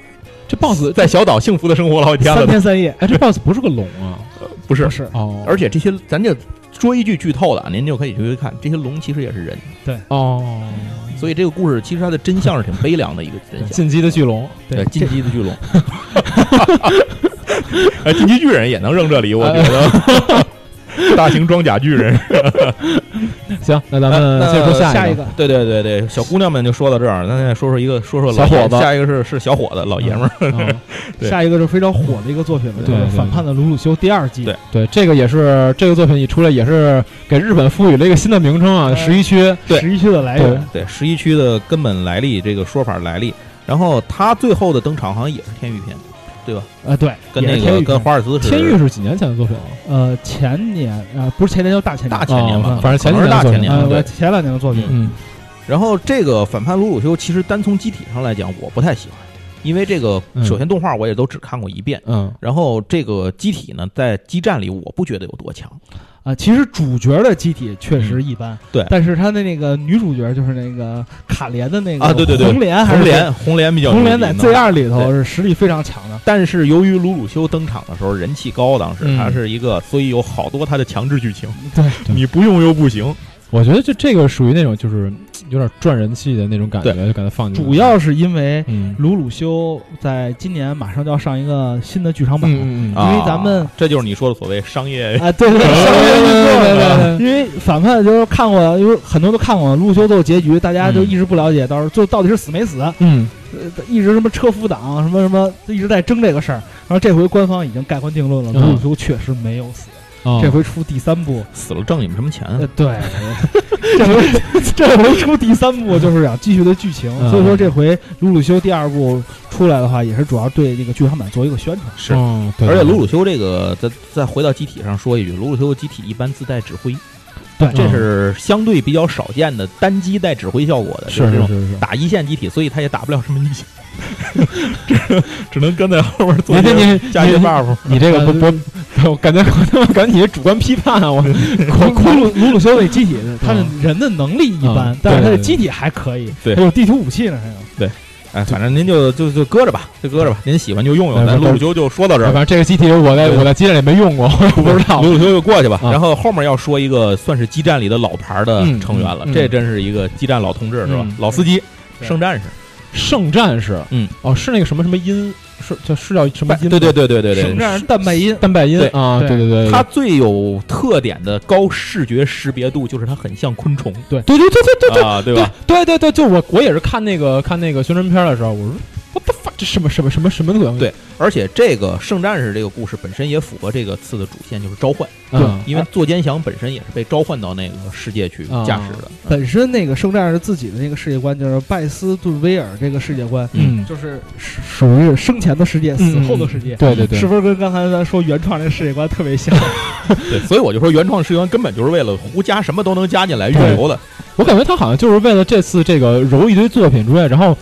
这 boss 在小岛幸福的生活了好几天三了，天三夜哎，这 boss 不是个龙啊，不是不？是哦，而且这些咱就说一句剧透的啊，您就可以去看，这些龙其实也是人，哦，所以这个故事其实它的真相是挺悲凉的一个呃真相。进击的巨龙，对，这进击的巨龙， 哎，进击巨人也能扔这里，我呃觉得。 大型装甲巨 人，行，那咱们呃接着说下一一个，个对对对对，小姑娘们就说到这儿，那再说说一个，说说小老伙子下一个是是小伙子，老爷们儿，嗯对下一个是非常火的一个作品了，对就是对反叛的鲁鲁修第二季，对对，这个也是这个作品一出来，也是给日本赋予了一个新的名称啊，嗯十一区。对十一区的来对源，对十一区的根本来历这个说法来历，然后他最后的登场好像也是天域篇，呃，对，跟也那是天个域跟片华尔兹是天域是几年前的作品了，呃前年啊，不是前年，叫大前年，大前年吧，哦反正前可能几是大年左前右年呃，对我。前两年的作品，嗯，然后这个反叛鲁鲁修，其实单从机体上来讲，我不太喜欢，因为这个嗯首先动画我也都只看过一遍，嗯，然后这个机体呢，在激战里我不觉得有多强，啊，其实主角的机体确实一般，嗯对但是他的那个女主角就是那个卡莲的那个啊对对对红莲还是红莲红莲比较红莲牛在逼 Z 呢。二里头是实力非常强的，但是由于鲁鲁修登场的时候人气高，当时嗯他是一个，所以有好多他的强制剧情，对对你不用又不行。我觉得就这个属于那种就是有点赚人气的那种感觉，就给它嗯放进去。主要是因为嗯，鲁鲁修在今年马上就要上一个新的剧场版，嗯嗯嗯啊因为咱们这就是你说的所谓商 业啊，对对，对上月对对运作对因为反派就是看过，因为很多都看过《路修斗》结局，大家都一直不了解，到时候最后到底是死没死，嗯，呃一直什么车夫党什么什么，都一直在争这个事儿。然后这回官方已经盖棺定论了，嗯鲁鲁修确实没有死，哦这回出第三 部，死了挣你们什么钱啊呃，对，这回这回出第三部就是想继续的剧情，嗯所以说这回《鲁鲁修》第二部出来的话，也是主要对这个剧场版做一个宣传。是哦对，而且鲁鲁修这个，再再回到机体上说一句，鲁鲁修的机体一般自带指挥，对这哦是相对比较少见的单机带指挥效果的，就是这是种是是，打一线机体，所以他也打不了什么 一线，只只能跟在后面做你一这些你加一些你 buff。你这个不不，我感觉我他妈感觉你是主观批判啊，我鲁嗯 我哭鲁鲁鲁修那机体，他的人的能力一般，嗯但是他对对的对机体还可以，对还有地图武器呢，还有。哎，反正您就就就搁着吧，就搁着吧，您喜欢就用嗯用。哎咱不鲁鲁修就说到这反儿吧，正这个机体我在对我在机站里没用过，我也不知道鲁。鲁修就过去吧。啊然后后面要说一个算是基站里的老牌的嗯成员了，嗯嗯这真是一个基站老同志是吧嗯？老司机，对圣战士。圣战士，嗯，哦，是那个什么什么音，是叫是叫什么音吗？对对对对对对，圣战士蛋白音，蛋白音对啊，对对对对，它最有特点的高视觉识别度就是它很像昆虫，对对对对对对啊，对吧？对对对，就我我也是看那个看那个宣传片的时候，我说 what the fuck，这什么什么什么什么东西？对而且这个圣战士这个故事本身也符合这个次的主线，就是召唤，嗯，因为座间翔本身也是被召唤到那个世界去啊驾驶的。本身那个圣战士自己的那个世界观就是拜斯顿威尔这个世界观，嗯，就是属于生前的世界，死后的世界，对对对，是不是跟刚才咱说原创这个世界观特别像？对，所以我就说原创世界观根本就是为了胡加什么都能加进来预对留的。我感觉他好像就是为了这次这个揉一堆作品出来，然后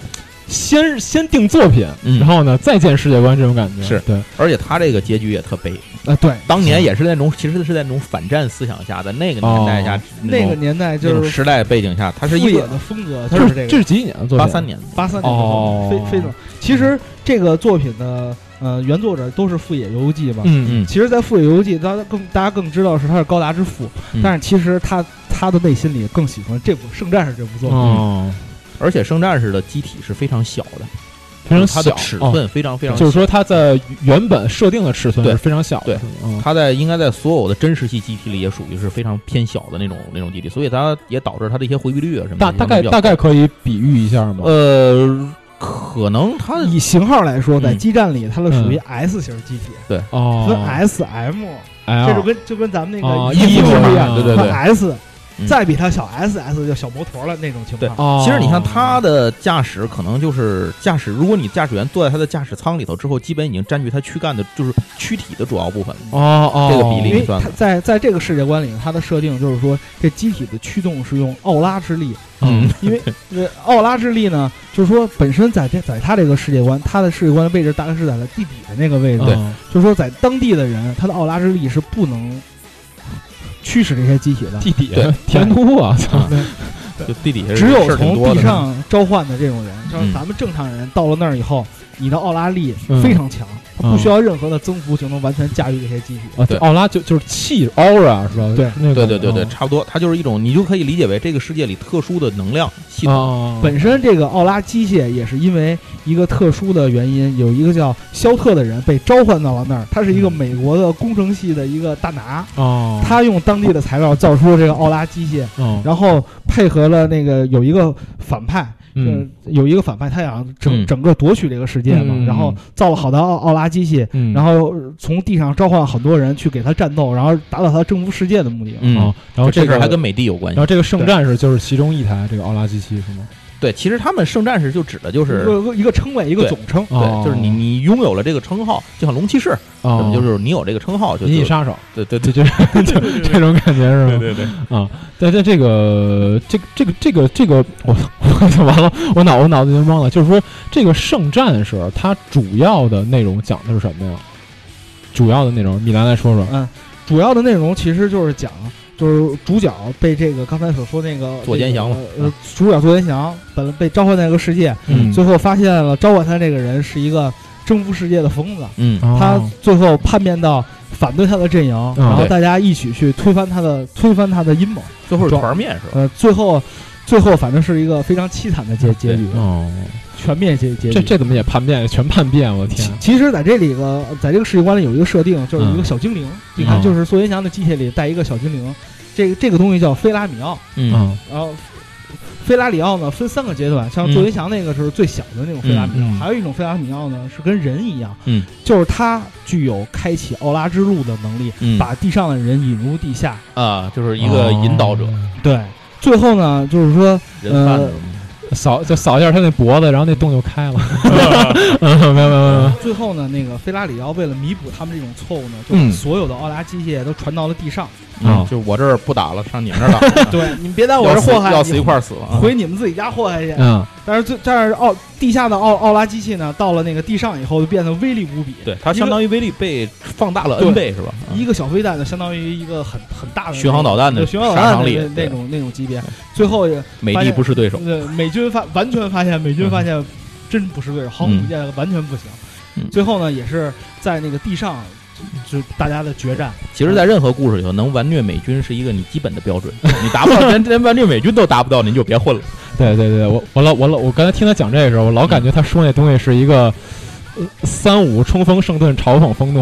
先先定作品，嗯然后呢再建世界观这种感觉，是对，而且他这个结局也特悲，啊，对，当年也是那种其实是在那种反战思想下，在那个年代下哦，种那个年代那就种是时代背景下，它是富一野个的风格，他就这是这这个是几几年的作品？八三年的。八三年的哦作品，非非常。其实这个作品的呃原作者都是富野由纪嘛，嗯其实，在《富野游记》，大家更大家更知道是他是高达之父，嗯但是其实他他的内心里更喜欢这部《圣战士》这部作嗯，品。哦，而且圣战士的机体是非常小的，非常它小，的尺哦寸非常非常小就是说它在原本设定的尺寸对是非常小的，对是吗嗯它在应该在所有的真实系机体里也属于是非常偏小的那种那种机体，所以它也导致它的一些回避率啊什么大的大概比较大概可以比喻一下吗？呃，可能它以型号来说，在嗯基站里它的嗯属于 S 型机体，分哦 S、M，哎这就跟就跟咱们那哦个衣衣服服是是一样一样的对的，对对 S，嗯再比它小 SS 就小摩托了那种情对况。哦，其实你看它的驾驶，可能就是驾驶。如果你驾驶员坐在它的驾驶舱里头之后，基本已经占据它躯干的，就是躯体的主要部分了。哦哦这个比例因为算它在在这个世界观里，它的设定就是说，这机体的驱动是用奥拉之力，嗯因为呃奥拉之力呢，就是说本身在这在它这个世界观，它的世界观位置大概是在它地底的那个位置，对嗯就是说在当地的人，他的奥拉之力是不能驱使这些机体的，地底对天都啊，操啊就地底下只事有儿挺从多地的上召唤的这种人，像嗯咱们正常人到了那儿以后，你的奥拉力嗯非常强，他嗯不需要任何的增幅就能完全驾驭这些机体。啊，对奥拉就就是气 aura 是吧？对是那对个对对对，差不多，它就是一种，你就可以理解为这个世界里特殊的能量系统。啊，本身这个奥拉机械也是因为一个特殊的原因，有一个叫肖特的人被召唤到了那儿，他是一个嗯美国的工程系的一个大拿，哦，他用当地的材料造出了这个奥拉机械，哦然后配合了那个有一个反派，嗯呃有一个反派，他想嗯整整个夺取这个世界嘛，嗯然后造了好多奥奥拉机械，嗯，然后从地上召唤很多人去给他战斗，然后达到他征服世界的目的。嗯哦，然后这这事个啊儿还跟美帝有关然系后。这个圣战士就是其中一台这个奥拉机器是吗？对，其实他们圣战士就指的就是，一个一个称谓，一个对总称。哦对，就是你你拥有了这个称号，就像龙骑士，哦，就是你有这个称号就银翼就杀手，对对这就对是就这种感觉是吗？对对，对对，这个这个这个这个这个，我我完了，我脑我脑子已经懵了。就是说，这个圣战士它主要的内容讲的是什么呀？主要的内容，米兰来说说。嗯，主要的内容其实就是讲，就是主角被这个刚才所说那个左奸祥嘛这个呃，主角左坚祥本来被召唤到那个世界，嗯最后发现了召唤他这个人是一个征服世界的疯子，嗯，他哦最后叛变到反对他的阵营，然后大家一起去推翻他的推翻他的阴谋。最后是团面是吧？呃，最后最后反正是一个非常凄惨的结结局，哦，全面结结局。这这怎么也叛变，全叛变，我的天其！其实，在这里个，在这个世界观里有一个设定，就是一个小精灵。你看，就是索云祥的机械里带一个小精灵，这个这个东西叫菲拉米奥。嗯嗯然后，菲拉里奥呢分三个阶段，像嗯索云祥那个是最小的那种菲拉米奥，嗯嗯还有一种菲拉米奥呢是跟人一样，嗯，就是它具有开启奥拉之路的能力，嗯把地上的人引入地下。啊，就是一个引导者，哦对，最后呢，就是说，人贩子呃扫就扫一下他那脖子，然后那洞就开了。嗯，没有没有没有，最后呢，那个菲拉里奥为了弥补他们这种错误呢，就嗯把所有的奥拉机械都传到了地上。啊嗯，就我这儿不打了，上你们那儿 打，对，你们别当要死要死一块儿死了啊，回你们自己家祸害去。嗯但是最但是奥地下的奥奥拉机器呢，到了那个地上以后就变得威力无比。对，它相当于威力被放大了 N 对倍是吧？嗯一个小飞弹就相当于一个很很大的巡航导弹的对巡航导杀弹伤力那对那种那种级别。最后也美帝不是嗯对手，呃美军发完全发现美军发现真不是对手，航空母舰完全不行嗯。最后呢，也是在那个地上就就大家的决战。其实，在任何故事里头，能完虐美军是一个你基本的 标准，你达不到，连连完虐美军都达不到，您就别混了。对对对，我我老我老我刚才听他讲这个时候，我老感觉他说那东西是一个。呃三五冲锋圣盾嘲讽 风度，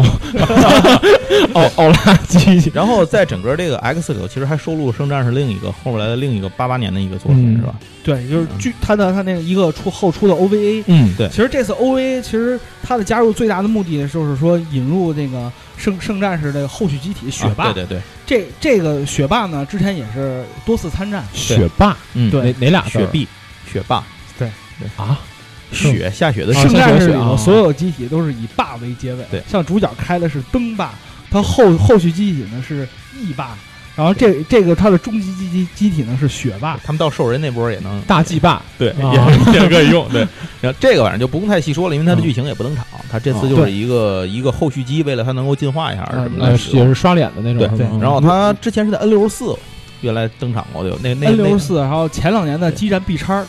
奥奥拉机器，然后在整个这个 X 里头，其实还收录了《圣战》是另一个后来的另一个八八年的一个作品，嗯是吧？对，就是据他的他那个一个出后出的 OVA，嗯，对其实这次 OVA 其实它的加入最大的目的就是说引入那个圣圣战士的后续机体雪霸。啊对对对，这这个雪霸呢，之前也是多次参战，雪霸嗯，对哪哪俩字雪儿碧、雪霸、啊？嗯雪下雪的啊雪圣战士里啊头所有机体都是以霸为结尾。对像主角开的是灯霸，他后后续机体呢是翼霸，然后这这个他的终极机机机体呢是雪霸。他们到兽人那波也能大祭霸，对，啊 也也可以用。对，然后这个晚上就不用太细说了，因为嗯它的剧情也不登场。它这次啊就是对一个一个后续机，为了它能够进化一下什么嗯呃的嗯。，也是刷脸的那对种。是嗯吗然后它之前是在 N 六四原来登场过的，有那那 N 那六十四，然后前两年的激战 B 叉，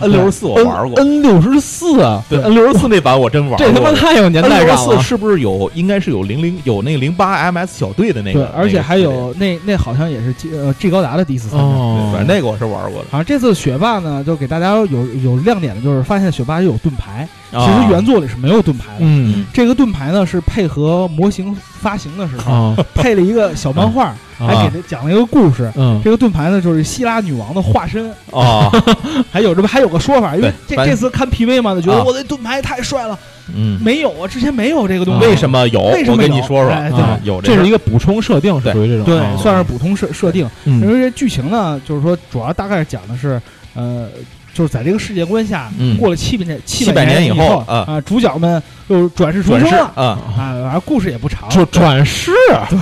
N 六四我玩过。 N 六十四啊，对 N 六十四那版我真玩过，这他妈太有年代感 N 六四了。是不是有应该是有零零有那个零八 MS 小队的那对个？，而且那个还系列有那那好像也是 G 呃 G 高达的第一次参战。对哦，反正那个我是玩过的。好像这次雪霸呢，就给大家有有亮点的，就是发现雪霸也有盾牌，啊其实原作里是没有盾牌的。嗯这个盾牌呢是配合模型发行的时候、啊配了一个小漫画，哦还给他讲了一个故事。嗯这个盾牌呢，就是希腊女王的化身，哦， 还有这不还有个说法，因为这对反这次看 PV 嘛，就觉啊得我的盾牌太帅了，嗯，没有啊，之前没有这个东西，为什么有？为什我么跟你有说说，哎对啊有这事是儿一个补充设定，是属于这种对，哦啊算是普通设设定。因嗯为这剧情呢，就是说主要大概讲的是，呃，就是在这个世界观下，嗯过了七百年七700年年以后后啊主角们又转世重转生世了啊，啊，反正故事也不长，就转世，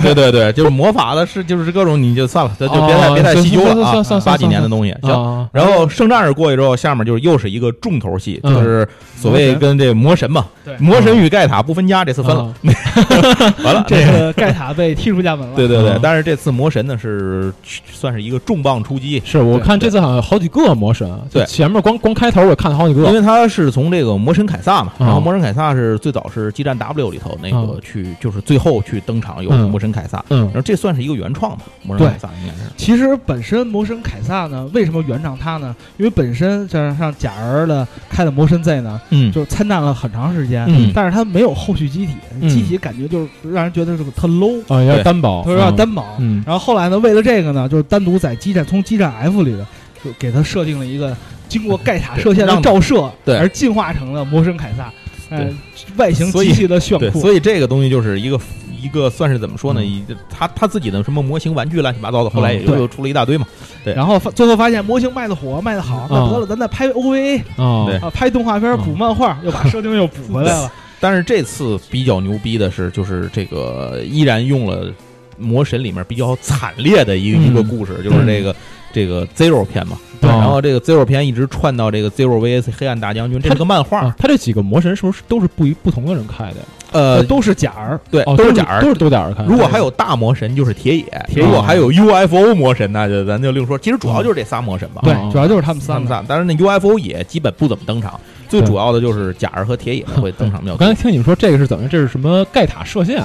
对对对，就是魔法的是就是各种你就算了，就就别哦再别再行细究行了行行啊行，八几行年的行东西行。啊然后圣战士过去之后，下面就是又是一个重头戏，嗯就是所谓跟这魔神嘛，对魔神与盖塔不分家，这次分啊了，完了这个盖塔被踢出家门了。对对对嗯，但是这次魔神呢是算是一个重磅出击，是我对看这次好像有好几个魔神，就对前面光光开头我也看了好几因个，为他是从这个魔神凯撒嘛，嗯然后魔神凯撒是最早是激战 W 里头那个嗯去，就是最后去登场有嗯魔神凯撒，嗯然后这算是一个原创吧，魔神对凯撒应该是，其实本身魔神凯撒呢，为什么原唱他呢？因为本身像像假儿的开的魔神 Z 呢，嗯就是参战了很长时间，嗯但是他没有后续机体，嗯机体感觉就是让人觉得是个特 low，啊，有对点单薄，他说要哦嗯单薄。嗯然后后来呢，为了这个呢，就是单独在基站从基站 F 里的就给他设定了一个经过盖塔射线的让照射， 对而进化成了魔神凯撒，呃对，外形所以极其的炫对，酷。所以这个东西就是一个一个算是怎么说呢，嗯一他他自己的什么模型玩具乱七八糟的，后来也嗯就对又出了一大堆嘛，对然后发最后发现模型卖的火，卖的好，那嗯得了，咱再拍 OVA 啊对啊，拍动画片嗯补漫画，又把设定又补回来了。但是这次比较牛逼的是，就是这个依然用了魔神里面比较惨烈的一个、嗯一个故事，就是这个这个 Zero 篇嘛。对然后这个 Zero 篇一直串到这个 Zero VS 黑暗大将军，这是个漫画，啊，他这几个魔神是不是都是不一不同的人开的呀？呃，都是假儿，对，哦，都是假儿嗯都。是都是假儿开的。如果还有大魔神，就是铁野；野铁如果还有 UFO 魔神，那就咱就另说。其实主要就是这仨魔神吧，对嗯，主要就是他们三三不个。散。但是那 UFO 也基本不怎么登场，最对主要的就是假儿和铁野会登场比较我多刚。才听你们说这个是怎么样？这是什么盖塔射线？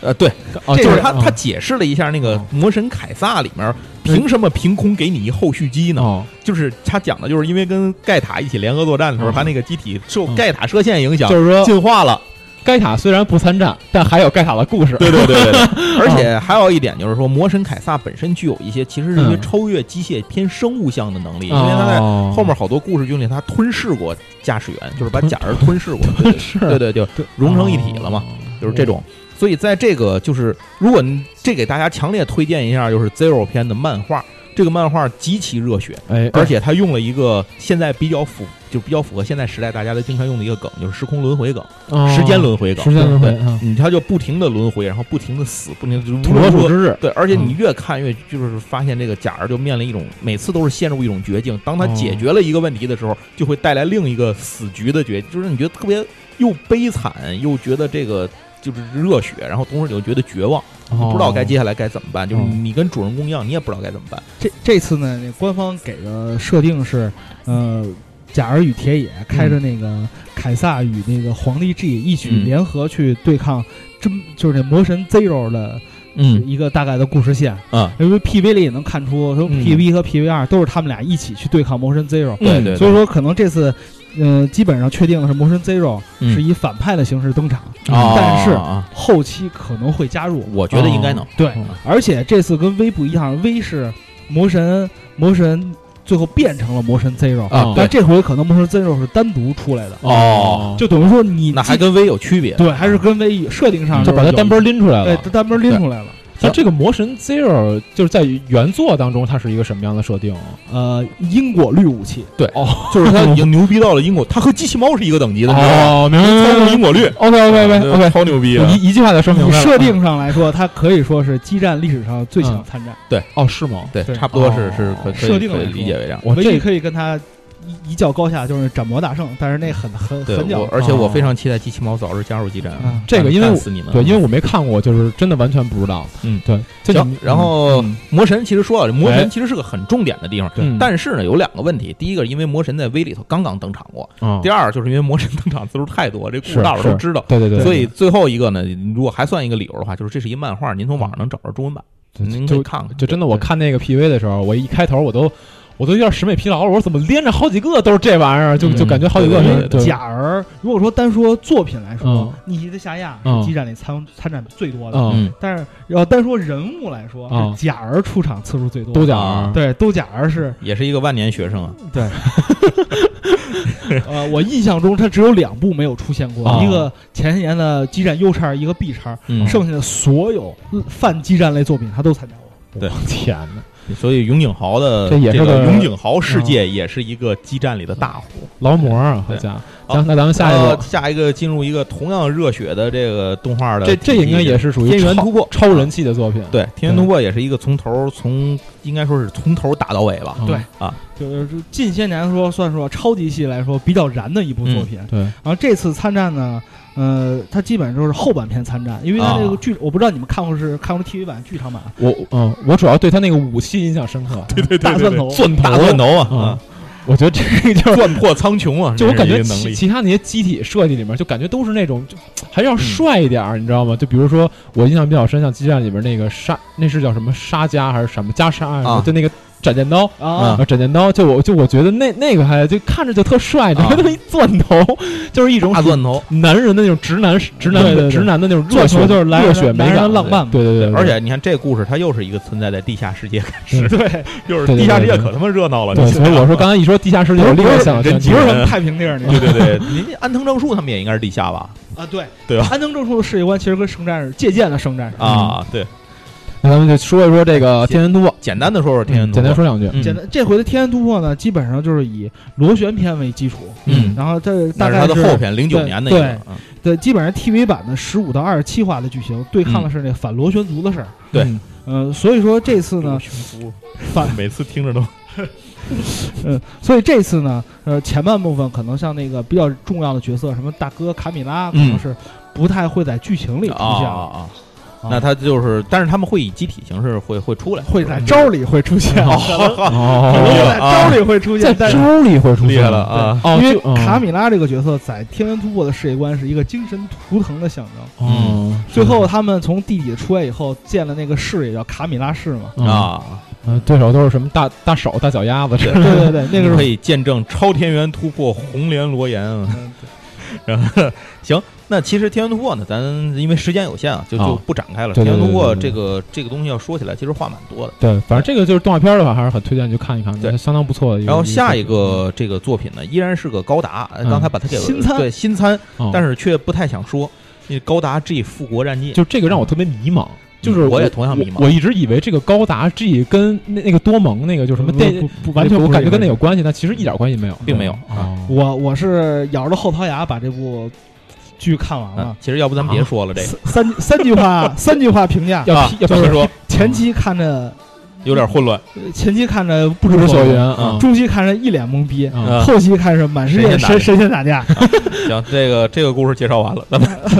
呃，对，哦，这就是他他啊解释了一下那个哦《魔神凯撒》里面凭什么凭空给你一后续机呢？哦，就是他讲的就是因为跟盖塔一起联合作战的时候，嗯他那个机体受嗯盖塔射线影响就是说进化了。盖塔虽然不参战，但还有盖塔的故事。对对对对，对 而且还有一点就是说，魔神凯撒本身具有一些其实是一些哦嗯超越机械偏生物向的能力，因哦，为他在后面好多故事中里他吞噬过驾驶员，就是把吞假人吞噬过，对 对是哦对对，就融成一体了嘛。就是这种。所以在这个就是，如果你这给大家强烈推荐一下，就是 Zero 篇的漫画，这个漫画极其热血，哦。哎，而且它用了一个现在比较符，就比较符合现在时代大家都经常用的一个梗，就是时空轮回梗、哦时间轮回梗、时间轮回对啊，你它就不停的轮回，然后不停的死，不停的土拨鼠之日。对，而且你嗯越看越就是发现这个假儿就面临一种每次都是陷入一种绝境，当他哦解决了一个问题的时候，就会带来另一个死局的绝，就是你觉得特别又悲惨又觉得这个。就是热血，然后同时你又觉得绝望，哦你不知道该接下来该怎么办。就是哦你跟主人公一样，你也不知道该怎么办。这这次呢，那官方给的设定是，呃，假儿与铁野开着那个凯撒与那个皇帝 G 一起嗯联合去对抗真就是那魔神 Zero 的嗯一个大概的故事线。啊，因为 PV 里也能看出，说嗯 PV 和 PV 二都是他们俩一起去对抗魔神 Zero，、对嗯对，所以说可能这次。呃，基本上确定的是魔神 Zero 嗯是以反派的形式登场，哦啊，但是啊后期可能会加入。我觉得应该能。对嗯，而且这次跟 V 不一样，V 是魔神，魔神最后变成了魔神 Zero，、啊但这回可能魔神 Zero 是单独出来的，哦就等于说你那还跟 V 有区别。哦对还是跟 V 设定上就把它是单边拎出来有对了。单边拎出来了。那这个魔神 Zero 就是在原作当中，它是一个什么样的设定啊？呃，因果律武器，对，哦就是他已经牛逼到了因果，他和机器猫是一个等级的，你知道吗？，哦明操纵因果律。 OK OK 对 OK 超牛逼啊的 OK，。一一句话就说明你白了。设定上来说，它可以说是激战历史上最强参战，哦是吗？对，对差不多是是哦可可设以定可以来说理解为这样。我唯一这可以跟他一一较高下就是斩魔大圣，但是那很很对很，我屌。而且我哦非常期待机器猫早日加入激战啊，嗯这个因为干我死你们，对，因为我没看过，就是真的完全不知道。嗯对。这行你。然后嗯魔神其实说了，魔哎神其实是个很重点的地方对，但是呢有两个问题，第一个因为魔神在 V 里头刚刚登场过，嗯第二就是因为魔神 登场次数太多，这故事是大伙儿都是知道。对对对，所以最后一个呢，如果还算一个理由的话，就是这是一漫画，您从网上能找着中文版，对您可以就看看。就真的我看那个 PV 的时候，我一开头我都我都有点审美疲劳了。我说怎么连着好几个都是这玩意儿，就就嗯感觉好几个对是对对对假而如果说单说作品来说嗯， 《逆袭的夏亚》嗯是激战里参参展最多的，嗯嗯但是要单说人物来说，嗯是假儿出场次数最多，都假啊儿对，都假儿是也是一个万年学生啊，对。 呃，我印象中他只有两部没有出现过，哦一个前些年的激战 U 叉，一个 B 叉，嗯，剩下的所有泛激战类作品他都参加过。对我 天哪！所以永井豪的这也是个个嗯永井豪世界也是一个激战里的大户。劳模啊，好对家伙！好呃行，那咱们下一然后个，下一个进入一个同样热血的这个动画的这体系，这应该也是嗯属于天元超突破超人气的作品。对《天元突破》也是一个从头从应该说是从头打到尾吧。嗯对啊，就是近些年说算说超级系来说比较燃的一部作品。对，然后这次参战呢，呃，它基本上就是后半篇参战，因为它这个啊剧，我不知道你们看过是看过 TV 版剧场版，我嗯，我主要对他那个武器印象深刻。 对对大钻头，钻头大钻头啊，啊啊，我觉得这个就是钻破苍穹啊，就我这感是觉一个能其力。其他那些机体设计里面，就感觉都是那种就还是嗯要帅一点儿，你知道吗？就比如说我印象比较深，像《激战》里边那个沙，那是叫什么沙加还是什么加沙呀啊就那个斩剑刀。啊啊，斩剑刀，就我就我觉得那那个还就看 着就特帅，然后啊那么一钻头，就是一种大钻头，男人的那种直男直男对对对直男的那种热钻血头就是来热人血美来人感的浪漫嘛对对对，对嗯而且你看这故事，它又是一个存在在地下世界， 对对，就是对对地下世界对对可他妈热闹了。对，你啊所以我说刚才一说地下世界，我立刻想到不是这人机不是什人么太平地儿，你对对对，您这安藤正树他们也应该是地下吧？啊，对对吧安藤正树的世界观其实跟圣战士借鉴了圣战士，嗯啊，对，那咱们就说一说这个天元突破，简单的说说天元嗯突简单破，说两句，嗯简单，这回的天元突破呢，基本上就是以螺旋篇为基础，嗯然后这那大是概他的是后篇，零九年的一对个对嗯对，基本上 TV 版的十五到二十七话的剧情对抗的是那反螺旋族的事儿，对嗯呃，所以说这次呢，反每次听着都嗯，所以这次呢，呃，前半部分可能像那个比较重要的角色，什么大哥卡米拉，可能嗯是不太会在剧情里出啊现，啊啊！那他就是，但是他们会以机体形式会会出来，会在招里会出现，哦，可能会哦，在招里会出在现，但是招里会出现厉害了！啊！哦，因为就嗯卡米拉这个角色在《天元突破》的世界观是一个精神图腾的象征。哦，最后他们从地底出来以后，建了那个市，也叫卡米拉市 嘛。嗯，啊，嗯对手都是什么大大手、大脚丫子，这对对对，那个可是以见证超天元突破红莲罗岩啊！嗯对然后 行，那其实天元突破呢，咱因为时间有限啊，就啊就不展开了。对天对元对突对破对这个这个东西要说起来，其实话蛮多的。对，反正这个就是动画片的话，还是很推荐你去看一看，对相当不错的一个。然后下一个这个作品呢，依然是个高达，呃嗯刚才把它给新参对新参，嗯，但是是却不太想说，因为高达 G 复国战记，就这个让我特别迷茫。就是嗯我也同样迷茫我，我一直以为这个高达 G 跟那那个多蒙那个就什么不电，不不完全我嗯不感觉是跟那一回有事关系，但其实一点关系没有，并没有啊。我我是咬着后槽牙把这部剧看完嗯了，。其实要不咱别说了，这个三三三句 话，三句话评价。要啊批要就是批说前期看着，有点 混乱。前期看着不不知知所所云云，啊中期看着一脸懵逼，啊嗯后期看着满世界神神仙打架。行，这个这个故事介绍完了， 咱们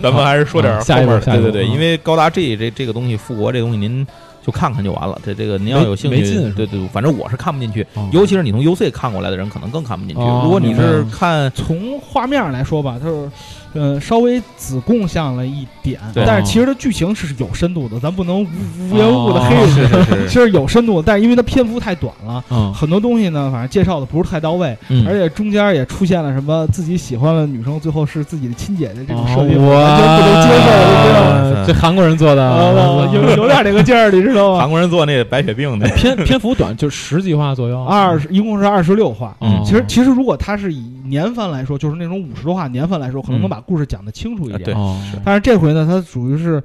咱们还是说点啊儿后下一面步的。下一对对步对，嗯因为高达 G 这这个东西复国这东西，您就看看就完了。这这个您要没有兴没劲是趣，吧对对，反正我是看不进去，哦啊尤其是你从 UC 看过来的人，可能更看不进去。哦如果你是明白嗯看从画面上来说吧，它是，呃，稍微子贡向了一点，对但是其实它剧情是有深度的，咱不能无无缘无故的哦黑人家。是 其，实有深度，但是因为它篇幅太短了，嗯很多东西呢，反正介绍的不是太到位，嗯而且中间也出现了什么自己喜欢的女生最后是自己的亲姐姐这种设哦定，我啊嗯完全不能接受，你知道吗？我知道这韩国人做的， 哦，有有点那个劲儿，你知道吗？韩国人做那白血病的，篇篇幅短，就十几话左右。 二十一共是二十六话。哦嗯，其实，其实如果它是以年番来说，就是那种五十多话年番来说，可嗯能能把故事讲得清楚一啊对点。哦是但是这回呢，它属于是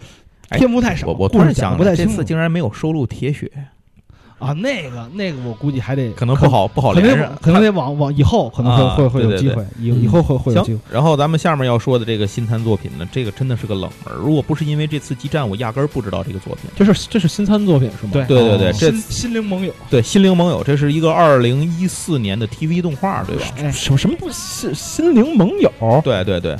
哎篇幅太少，我我突故事然讲想得不太了，这清次楚竟然没有收录铁血，啊。那个那个，我估计还得可能不，好不好可能连得上往。可能得往往以后可能啊会会会有对机对会，以以后会会有机行会。，然后咱们下面要说的这个新参作品呢，这个真的是个冷门儿。如果不是因为这次激战，我压根儿不知道这个作品。这是这是新参作品是吗？对对对对哦这心心灵盟友，对，《心灵盟友》这是一个二零一四年的 TV 动画，对吧？哎，什么什么不心心灵盟友？对对对，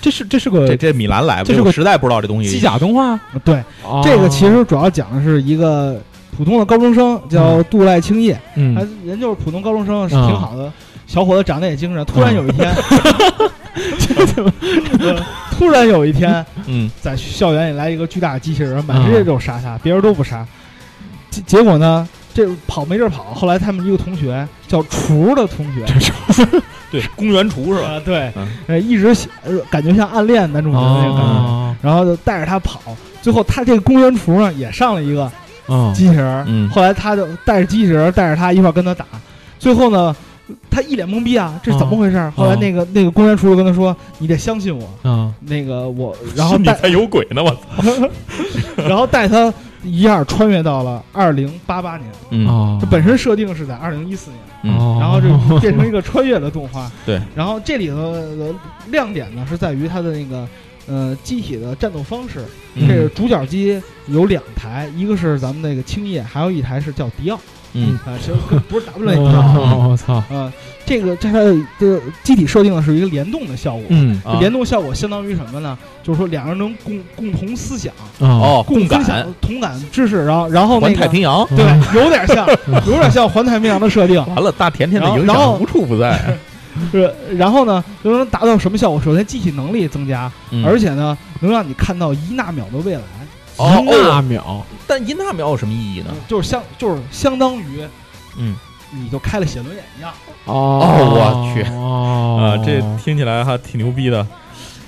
这是这是这个这米兰来吧，这是个我实在不知道这东西。机甲动画。嗯对，哦这个其实主要讲的是一个普通的高中嗯生，叫杜赖青叶，他嗯，人就是普通高中生，是挺好的小伙子，长得也精神。突然有一天， 突然有一天，嗯在校园里来一个巨大的机器人，满世界都杀他，别人都不杀。结结果呢，这跑没地儿跑。后来他们一个同学叫厨的同学，对，公园厨是吧？啊，对嗯，呃，一直喜呃感觉像暗恋男主角的那个感觉，啊然后就带着他跑。最后他这个公园厨呢也上了一个啊机器人儿，嗯后来他就带着机器人儿带着他一块儿跟他打。最后呢，他一脸懵逼啊，这是怎么回事儿？后来那个那个公园厨就跟他说：“你得相信我。”啊！那个我，然后心里带才有鬼呢，我操！然后带他一样穿越到了二零八八年，嗯，哦这本身设定是在二零一四年，嗯然后就变成一个穿越的动画。对，然后这里头的亮点呢是在于它的那个呃机体的战斗方式。嗯这个主角机有两台，一个是咱们那个青叶，还有一台是叫迪奥嗯啊，其实跟不是 W 那迪奥哦我操，啊。这个这它的机体设定呢是一个联动的效果。嗯啊联动效果相当于什么呢？就是说两个人能共共同思想，嗯哦，共共分感享同感知识，然后然后那环个嗯太平洋。对，哦有点像， 有点像环太平洋的设定。完了，大甜甜的影然后响无处不在，是，然后呢，又能达到什么效果？首先机体能力增加， 嗯而且呢，能让你看到一纳秒的未来，哦一纳秒但一纳秒有什么意义呢？就是相就是相当于嗯，你就开了写轮眼一样。哦我去啊啊，这听起来还挺牛逼的。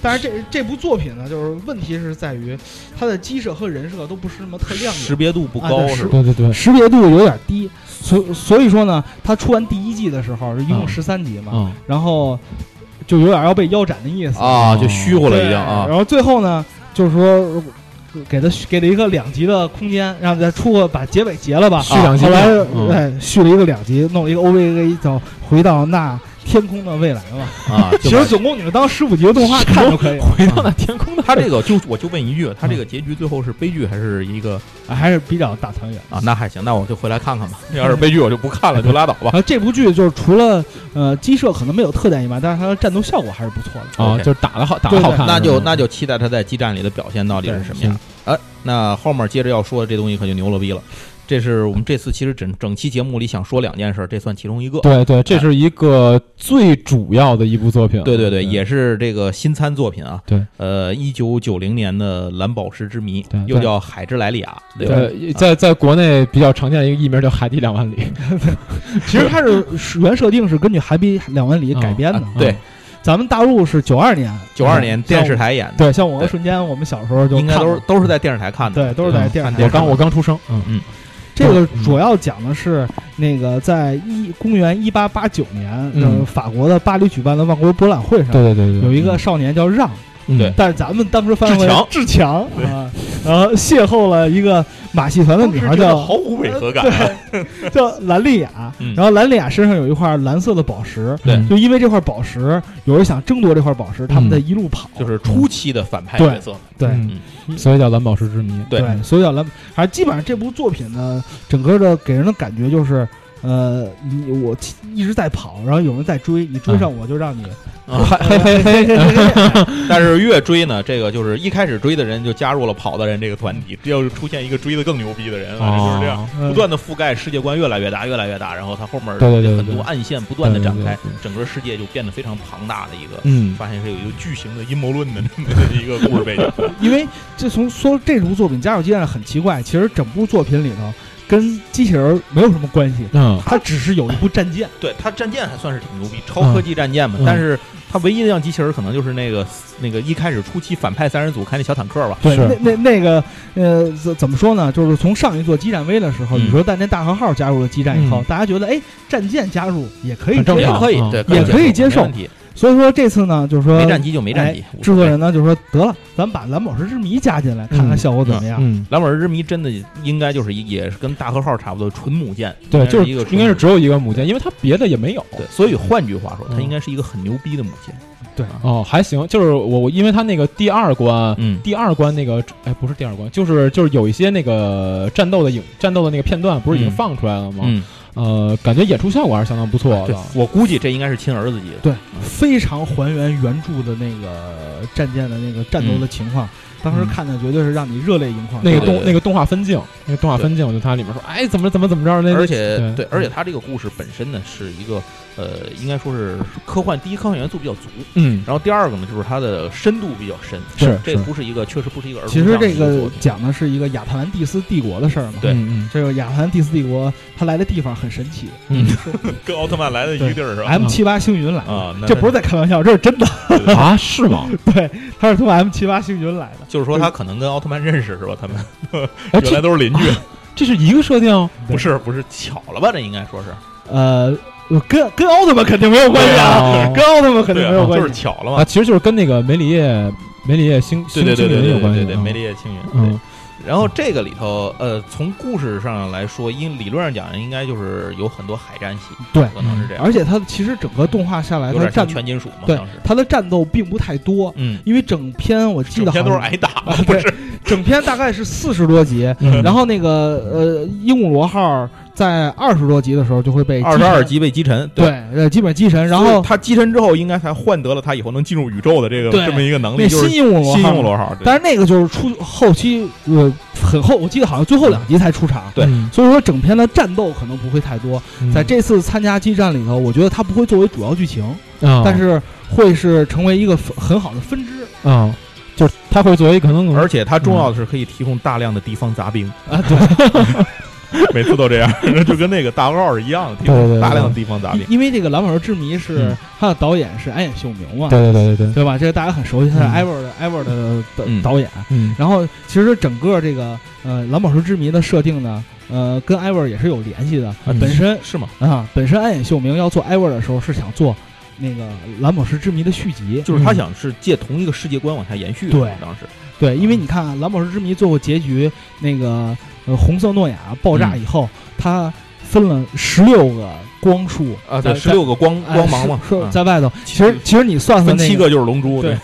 但是这这部作品呢，就是问题是在于它的机设和人设都不是那么特亮识眼，别度不啊高对是识吧？对对对，识别度有点低，所所以说呢，它出完第一季的时候，一共嗯十三集嘛，嗯然后就有点要被腰斩的意思啊，就虚乎了已经啊对。然后最后呢，就是说给他给了一个两集的空间，让他出个把结尾结了吧。续两集后来嗯哎续了一个两集，弄了一个 OVA 叫《回到那天空的未来》吧。啊，其就实把总共你们当十五集的动画看就可以了，回到那天空的他这个就我就问一句，他这个结局最后是悲剧还 是一个啊还是比较大团圆。啊？那还行，那我就回来看看吧。 要是悲剧我就不看了，就拉倒吧 然。后这部剧就是除了呃机设可能没有特点以外，但是它的战斗效果还是不错的。啊， OK 就是打的好，打的好看，那是就吧那就期待他在基站里的表现到底是什么样。哎，那后面接着要说的这东西可就牛了逼了。这是我们这次其实整整期节目里想说两件事，这算其中一个。对对，这是一个最主要的一部作品，对对对，也是这个新参作品啊。对，呃，一九九零年的《蓝宝石之谜对》，又对叫《海之莱利亚》，对吧？对，在在国内比较常见的一个艺名叫《海底两万里》，其实它是是原设定是根据《海比两万里》改编的。啊对，咱们大陆是九二年，九二年电视台演的，对，像我和对瞬间，我们小时候嗯就应该看都过是都是在电视台看的。嗯对，都是在电视看台我电视刚我刚出生，嗯，这个嗯主要讲的是那个在一公元一八八九年，嗯呃法国的巴黎举办的万国博览会上，对对对对，嗯有一个少年叫让，嗯对但是咱们当时翻译为志强志强啊，然后邂逅了一个马戏团的女 孩叫毫无违和感。啊对，叫兰丽雅嗯，然后兰丽雅身上有一块蓝色的宝石。对嗯就因为这块宝石，有人想争夺这块宝石，他们在一路跑，嗯就是初期的反派角色，对，嗯所以叫蓝宝石之谜，对对，所以叫蓝，反正基本上这部作品呢，整个的给人的感觉就是，呃，你我一直在跑，然后有人在追，你追上我 就让你，啊嘿嘿 嘿嘿，但是越追呢，这个就是一开始追的人就加入了跑的人这个团体，这要是出现一个追的更牛逼的人，反正就是这样，哦，呃不断的覆盖世界观越来越大，越来越大，然后他后面对对对对很多暗线不断的展开嗯对对对，整个世界就变得非常庞大的一个，嗯，发现是有一个巨型的阴谋论的这么一个故事 背景，因为这从说这部作品加入街上很奇怪，其实整部作品里头跟机器人没有什么关系，嗯它只是有一部战舰，对他战舰还算是挺牛逼，超科技战舰嘛。嗯但是他唯一的让机器人可能就是那个那个一开始初期反派三人组开那小坦克吧。是那那那个呃怎怎么说呢？就是从上一座激战威的时候，嗯你说但那大和号加入了激战以后，嗯大家觉得哎，战舰加入也可以很正这也样常可以嗯，对，也可以接受没问题所以说这次呢，就是说没战机就没战机。无制所谓作人呢就说得了，咱把《蓝宝石之谜》加进来，看看效果怎么哎样。嗯，蓝宝石之谜真的应该就是一也是跟大和号差不多，纯母舰，对，就应该一个纯应该是只有一个母舰，因为它别的也没有，对。所以换句话说，它嗯应该是一个很牛逼的母舰。哦，还行，就是我我因为它那个第二关。嗯，第二关那个，哎，不是第二关，就是就是有一些那个战斗的影战斗的那个片段，不是已经嗯放出来了吗？嗯，呃，感觉演出效果还是相当不错对的。，我估计这应该是亲儿子级的。嗯对，非常还原原著的那个战舰的那个战斗的情况。当时看的绝对是让你热泪盈眶。那个对对动对那个动画分镜，那个动画分镜，就它里面说，哎，怎么怎么怎么着，那而对且嗯对，而且它这个故事本身呢是一个呃，应该说是科幻，第一科幻元素比较足，嗯，然后第二个呢就是它的深度比较深，是这是不是一个确实不是一个儿童其实向的这一个个作品讲的是一个亚特兰蒂斯帝国的事儿嘛。对嗯这个亚特兰蒂斯帝国，它来的地方很 神奇嗯跟奥特曼来的一个地儿是吧？ ，M 七八星云来的，啊，那这不是在开玩笑，这是真的。 嗯啊，是吗？对，它是从 M 七八星云来的。就是说他可能跟奥特曼认识是吧？他们 哎，原来这都是邻 居，这是一个设定，啊对不是不是巧了吧？这应该说是呃，我跟跟奥特曼肯定没有关系啊，啊跟奥特曼肯定对没有啊，关就系是。巧了啊，嘛。其实就是跟那个梅里叶梅里叶星对星对对星对云有对关系对啊的，对，嗯梅丽叶青云。对嗯，然后这个里头，呃，从故事上来说，因理论上讲，应该就是有很多海战戏，对可能是这样，而且它其实整个动画下来，啊有它点像战全金属嘛，对当时，它的战斗并不太多，嗯，因为整篇我记整得好天都是像挨打嘛啊，不对是？整篇大概是四十多集， 嗯然后那个呃鹦鹉螺号在二十多集的时候就会被二十二击级被击沉，哎沉，对，呃基本击沉，然所以后他击沉之后，应该才换得了他以后能进入宇宙的这个对这么一个能那力，就新是鹦鹉螺新号用，罗号，对但是那个就是出后期呃很后，我记得好像最后两集才出场。对嗯嗯所以说，整篇的战斗可能不会太多。在这次参加激战里头，我觉得它不会作为主要剧情，哦啊，但是会是成为一个分很好的分支啊，就是它会作为可能而且它重嗯要的是可以提供大量的敌方杂兵，啊。对，每次都这样， 就跟那个大报是一样的，提对对供对大量的敌方杂兵。因为这个《蓝宝石之谜》是嗯它的导演是安野秀明嘛，对对对对对，对吧？这个大家很熟悉，他是嗯 Ever 的 Ever 的导嗯导演。嗯然后其实整个这个呃《蓝宝石之谜》的设定呢，呃，跟 Ever 也是有联系啊的。嗯本身是吗？啊，本身安野秀明要做 Ever 的时候是想做那个《蓝宝石之谜》的续集，就是他想是借同一个世界观往下延续的。对当时对，因为嗯你看啊《蓝宝石之谜》最后结局那个呃红色诺亚爆炸以嗯后，它分了十六个光束。啊对十六个光哎光芒嘛，是是啊在外头，其其实其实你算分算那七个就是龙珠，对，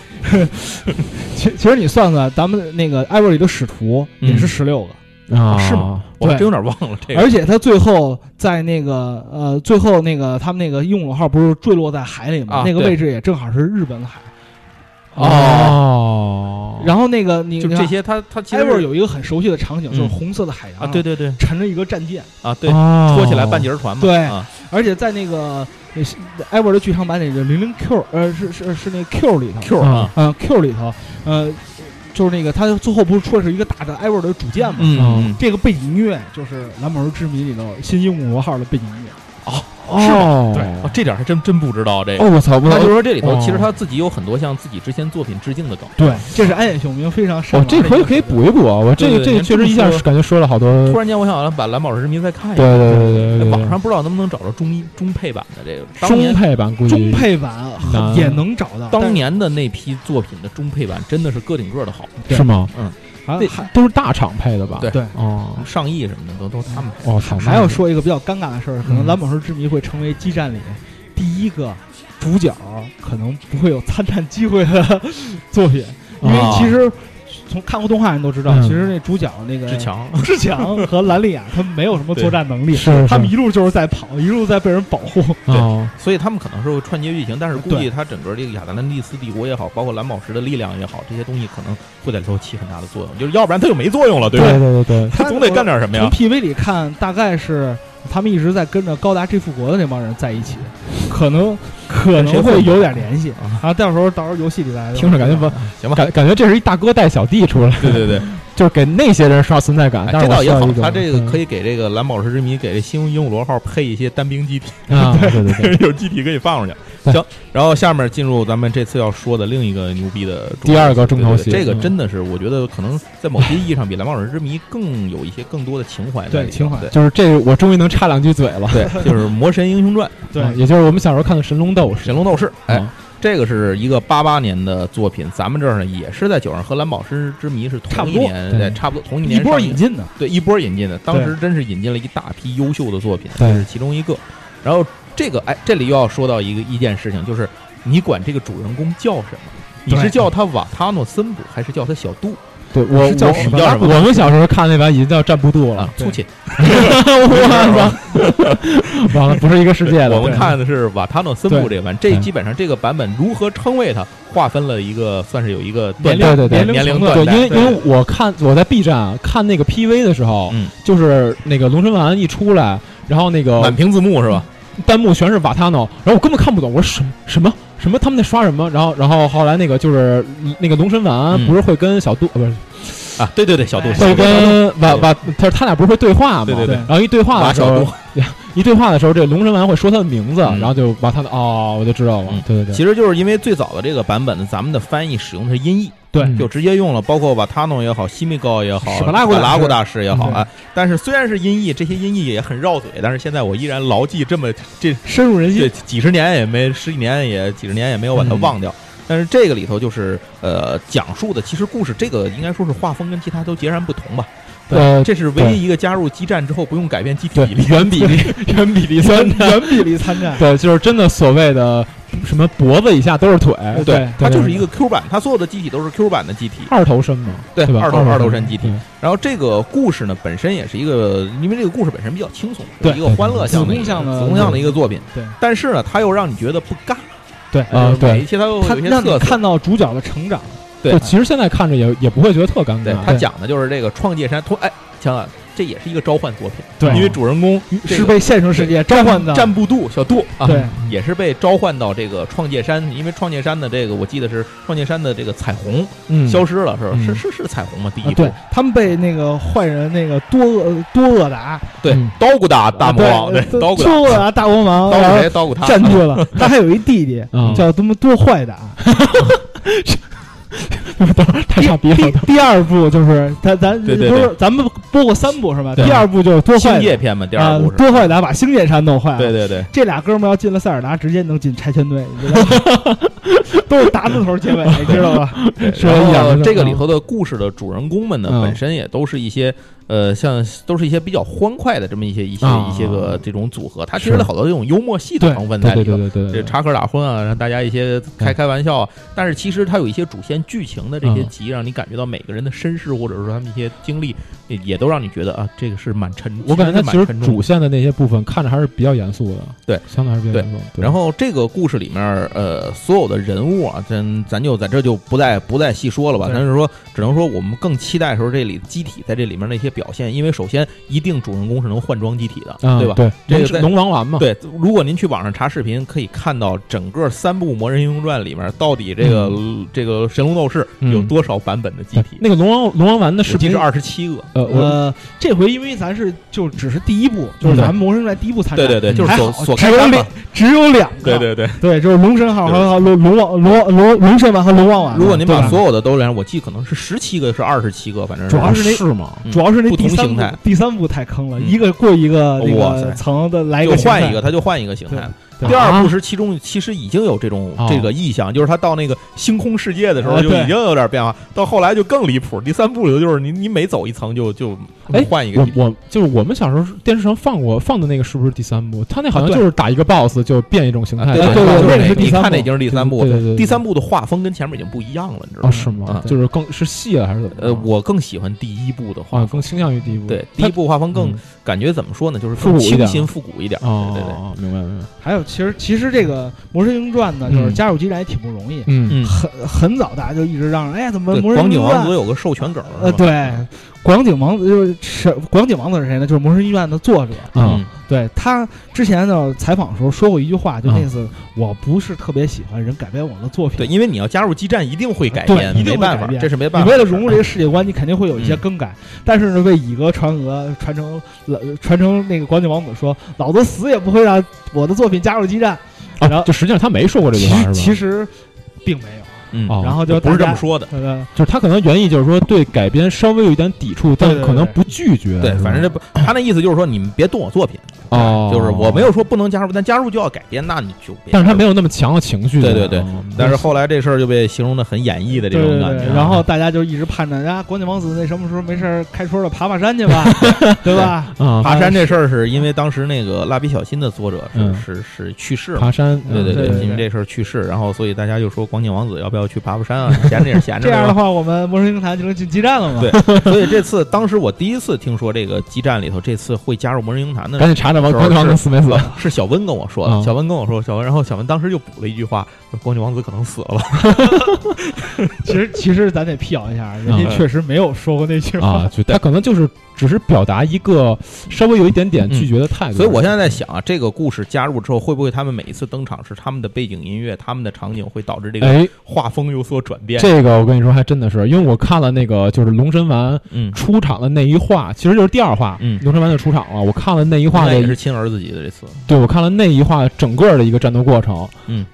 其其实你算算，咱们那个艾伯里的使徒也嗯是十六个，啊是吗？我还真有点忘了这个。而且他最后在那个呃，最后那个他们那个鹦鹉号不是坠落在海里吗？啊那个对哦位置也正好是日本的海。啊哦，然后那个你就这，些，他他其艾实伯有一个很熟悉的场景，嗯就是红色的海洋啊，对对对沉着一个战舰，啊，对，哦拖起来半截儿船嘛，对啊而且在那个呃艾伯的剧场版里的零零 Q，呃，是是是那 Q 里头， ，Q 啊，嗯、Q 里头，呃，就是那个他最后不是出的是一个大的艾伯的主舰吗？嗯，这个背景音乐就是《蓝宝石之谜》里头《新鹦鹉螺号》的背景音乐。嗯是哦，对，啊这点儿还真真不知道这个。哦，我操，不那知就道是说这里头其实哦他自己有很多向自己之前作品致敬的梗。对，这是安野秀明非常擅哦，长的这可一以个可以手段补一补啊！我这对个对这您个确实这么一下说感觉说了好多，突然间，我想把《蓝宝石之谜》再看一对遍。对对对对对，哎网上不知道能不能找着中一中配版的这个当中年配版估计中配版难也能找到。当年的那批作品的中配版真的是个顶个的好，嗯是吗？但那是还还都是大厂配的吧？对对。哦，上亿什么的都都他们配。我操，还要说一个比较尴尬的事儿，可能《嗯蓝宝石之谜》会成为激战里第一个主角可能不会有参战机会的作品，因为啊其实从看过动画人都知道，嗯其实那主角那个志强， 志强和兰利亚他们没有什么作战能力，是他们一路就是在跑，一路在被人保护。啊，哦所以他们可能是会串接剧情，但是估对计他整个这个亚特兰蒂斯帝国也好，包括蓝宝石的力量也好，这些东西可能会在里头起很大的作用，就是要不然它就没作用了，对对吧？对对对，他总得干点什么从呀？ PV 里看，大概是他们一直在跟着高达 G 复国的那帮人在一起，可 能可能会有点联系啊啊。到时候到时候游戏里来听着感觉不行吧感感觉这是一大哥带小弟出来， 对对对，就是给那些人刷存在感哎。但这是倒我也需要好一，种嗯他这个可以以给这个蓝宝石之谜给这新鹦鹉螺号配一些单兵机体，啊， 对对对，有机体可以放上去。对行，然后下面进入咱们这次要说的另一个牛逼的重头戏第二个重头戏对对对这嗯个真的是我觉得可能在某些意义上比《蓝宝石之谜》更有一些更多的情怀在对里头情怀对就是这我终于能插两句嘴了。啊 对，就是《魔神英雄传》对啊也就是我们小时候看的《神龙斗《士神》龙斗士》。哎嗯啊，，这个是一个八八年的作品，咱们这儿呢也是在九上和《蓝宝石之谜》是差同不一多年，对对，差不多同一一年波上映引进的，对一波引进的，当对时真是引进了一大批优秀的作品，这对是其中一个。然后这个哎，这里又要说到一个一件事情，就是你管这个主人公叫什么？你对是叫他瓦塔诺森布，还是叫他小杜？对我是叫什么叫什么我我们小时候看那版已经叫站不住了啊，，对粗浅。 我 操，完了不是一个世界的。我们对看的是瓦塔诺森布这个版，这对基本上这个版本如何称谓它，划分了一个算是有一个对年龄对对年龄对，段，因为因对为我看我在 B 站啊看那个 PV 的时候，嗯就是那个龙神丸一出来，然后那个满屏字幕是吧？弹幕全是瓦塔诺，然后我根本看不懂，我说什么什么什么他们在刷什么，然后然后后来那个就是那个龙神丸嗯啊不是会跟小杜、呃不是啊，对对对，小度哎 小会度跟瓦瓦他他俩不是会对话吗？对对对然后一对话瓦的时小候度，，一对话的时候，这龙神丸会说他的名字，嗯然后就瓦塔诺哦，我就知道了，嗯对对对，其实就是因为最早的这个版本呢，咱们的翻译使用的是音译，对就直接用了包括瓦塔诺也好，西米高也好，史巴拉拉古大师古大师也好嗯啊。但是虽然是音译，这些音译也很绕嘴，但是现在我依然牢记这么这深入人这心。几十年也没十几年也几十年也没有把它忘掉。但是这个里头就是呃讲述的，其实故事这个应该说是画风跟其他都截然不同吧。呃这是唯一一个加入基站之后不用改变机体对比例，原比例 原比例三原原比例参战，对，就是真的所谓的什么脖子以下都是腿，对它就是一个 Q 版，它所有的机体都是 Q 版的机体。二头身嘛，对吧？二头头二头身机体对然后这个故事呢，本身也是一个，因为这个故事本身比较轻松，对是一个欢乐向的一个子宫向的子宫向的一个作品。对，但是呢，它又让你觉得不尬对啊就是每对一期它都他有一些让你特色。看到主角的成长，对就其实现在看着也也不会觉得特尴对，嗯尬，它讲的就是这个创界山突，哎，想想这也是一个召唤作品，对嗯因为主人公这是个被现实世界召唤的。占布杜小杜啊，对，也是被召唤到这个创界山，因为创界山的这个我记得是创界山的这个彩虹嗯消失了，是吧？嗯是是是彩虹吗？第啊一部对他们被那个坏人那个多恶多恶达对嗯，刀古达大魔王，对对，刀古达多恶达大魔王，刀然古后谁刀古他占据了。他还有一弟弟嗯叫他妈多坏啊达，太傻逼第了，第二部就是他咱对对不对是咱们播过三部是吧？对第二部就是多星坏界篇嘛，第啊二部是。多坏达把星界山弄坏了。对对对，这俩哥们儿要进了塞尔达，直接能进拆迁队，你知道吗？ 都是达字头结尾，你知道吧？说然一点后儿这个里头的故事的主人公们呢，啊嗯本身也都是一些呃，像都是一些比较欢快的这么一些一些啊一些个这种组合，它其是实好多这种幽默戏的对成分在对里对头。对对这对，插科打诨啊，让大家一些开开玩笑啊，但是其实它有一些主线剧情的这些嗯集，让你感觉到每个人的身世或者说他们一些经历，也也都让你觉得啊，这个是蛮沉，我感觉它是蛮其实沉重的主线的那些部分看着还是比较严肃的，对，相对还是比较对严肃的。对然后这个故事里面，呃，所有的人物啊，咱咱就在这就不再不再细说了吧。对但是说，只能说我们更期待的时候，这里机体在这里面的一些表现，因为首先一定主人公是能换装机体的，嗯啊对吧？对，这个龙是在龙王丸嘛，对，如果您去网上查视频，可以看到整个三部《魔人英雄传》里面到底这个、嗯这个神龙斗士嗯有多少版本的机对体？那个龙王龙王丸的我视记频是二十七个，呃我呃，这回因为咱是就只是第一部，就是咱们魔神传第一部参对战，嗯对对，嗯就是还所好所只开有单两嘛。只有两对个，对对，对，就是龙神号对和龙龙王龙龙龙神丸和龙王丸嘛。如果您对把吧所有的都连，我记可能是十七个，是二十七个，反正主是要是那是吗？嗯主要是那不第同三形部态第三部太坑了，嗯一个过一个那哇塞个层的来一就个换一个，形态他就换一个形态。对第二啊部是其中其实已经有这种哦这个意向，就是他到那个星空世界的时候啊就对已经有点变化，到后来就更离谱。第三部里头就是你你每走一层就就哎换一个我地方，我就是我们小时候是电视上放过放的那个是不是第三部？他那好像啊就是打一个 boss 就变一种形态，对啊对对，对对就是那个那是个第你三看部那已经是第三部对，对对，第三部的画风跟前面已经不一样了，你知哦啊道吗？是吗啊？就是更是细了还是怎么着？呃，我更喜欢第一部的画啊更风，倾向于第一部，哦对第它一部画风更嗯感觉怎么说呢？就是复更古一清点新复古一点，哦，对对对哦明白明白，还有，其实其实这个《魔神英雄传》呢，嗯就是加入基站也挺不容易，嗯嗯，很很早大家就一直嚷嚷，哎呀，怎么对《魔神广英景雄王传子》有个授权梗，呃，对，广景王子就是是广景王子是谁呢？就是《魔神医院》的作者。嗯嗯，对他之前呢采访的时候说过一句话，就嗯那次、我不是特别喜欢人改编我的作品，啊对，因为你要加入基站一定会改对变，一定没会办改法，变这是嗯没办你法的事儿。为了融入这个世界观，你肯定会有一些更改，但是呢，为以讹传讹，传承老传承那个广景王子说，老子死也不会让我的作品加入基站。然啊，后就实际上他没说过这其句话是实吧？其实并没有，嗯，哦然后啊就不是这么大家。说的。呃就是他可能原意就是说对改编稍微有一点抵触，但对对对可能不拒嗯绝，对是，吧反正这不，他那意思就是说，你们别动我作品，哦，就是我没有说不能加入，但加入就要改编，那你就别。但是他没，有那么强的情绪在，对对对嗯但是后来这事儿就被形容的很演绎的这对种对感对觉啊。，然后大家就一直盼着，呀，广景王子那什么时候没事儿开春了，爬爬山去 吧，对吧？啊，爬山这事儿是因为当时那个蜡笔小新的作者是嗯是是去世嘛，爬山，对对嗯对对因为对这事儿去世，然后所以大家就说广景王子要不要去爬爬山啊？闲着也是闲着， 这样对的吧话，我们魔兽英雄坛就能进基站了嘛？对所以这次当时我第一次听说这个基站里头这次会加入魔人英坛的赶紧查查王是是光王子死没 死？是小温跟我说啊的，嗯小温跟我说，小温，然后小温当时就补了一句话，说光绪王子可能死了，其实其实咱得辟谣一下，人家嗯确实没有说过那句话啊，。就他可能就是只是表达一个稍微有一点点拒绝的态度。嗯所以我现在在想啊，这个故事加入之后，会不会他们每一次登场是他们的背景音乐、他们的场景会导致这个哎，画风有所转变？这个我跟你说还真的是，因为我看了那个就是龙神丸嗯，出场的那一话，其实就是第二话，嗯龙神丸就出场了。我看了那一话应该的也是亲儿子级的这次，对，我看了那一话整个的一个战斗过程，嗯，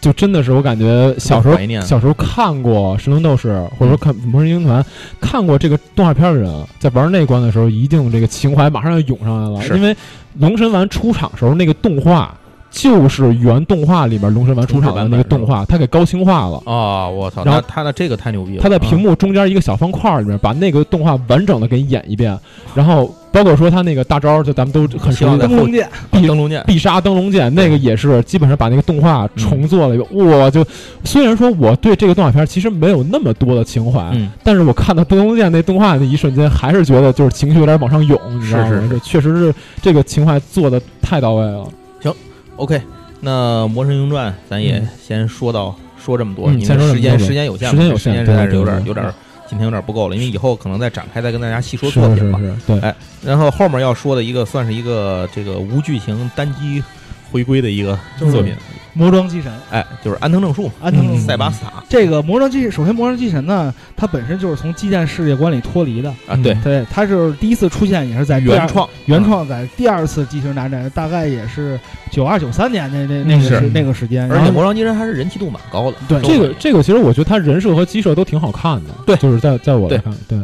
就真的是我感觉小时候怀念小时候看过《神龙斗士》或者说看《魔神英雄团》，看过这个动画片的人，在玩那关的时候，一定这个情怀马上就涌上来了，是因为龙神丸出场时候那个动画。就是原动画里边龙神丸出场的那个动画，它给高清化了。啊！我操，然那后他的这个太牛逼了，它在屏啊幕中间一个小方块里面，把那个动画完整的给演一遍，然后包括说它那个大招，就咱们都很希熟望悉的在灯笼剑，屏灯笼剑，必杀灯笼剑那个也是基本上把那个动画嗯重做了一个。我就虽然说我对这个动画片其实没有那么多的情怀，嗯，但是我看到灯笼剑那动画那一瞬间，还是觉得就是情绪有点往上涌，你知道吗？是是这确实是这个情怀做的太到位了。 OK，那《魔神英雄传》咱也嗯先说到、说这么多，嗯因先为说这么时间多吧时间有限嘛，时间有时限间实对在是对有对点对有点今天有点不够了，因为以后可能再展开再跟大家细说是作是品是啊吧。是，对哎，然后后面要说的一个算是一个这个无剧情单机回归的一个就是作品，魔装祭神，哎，就是安藤正树、安藤嗯塞巴斯塔这个魔装祭，首先魔装祭神呢，它本身就是从基建世界观里脱离的，啊，对，对，它就是第一次出现也是在第二原创啊原创在第二次机器人大战，大概也是九二九三年那那那嗯个时是那个时间，而且《然后魔装机人》还是人气度蛮高的，嗯对都这可个以这个其实我觉得他人设和机设都挺好看的，对就是在在我来对看，对，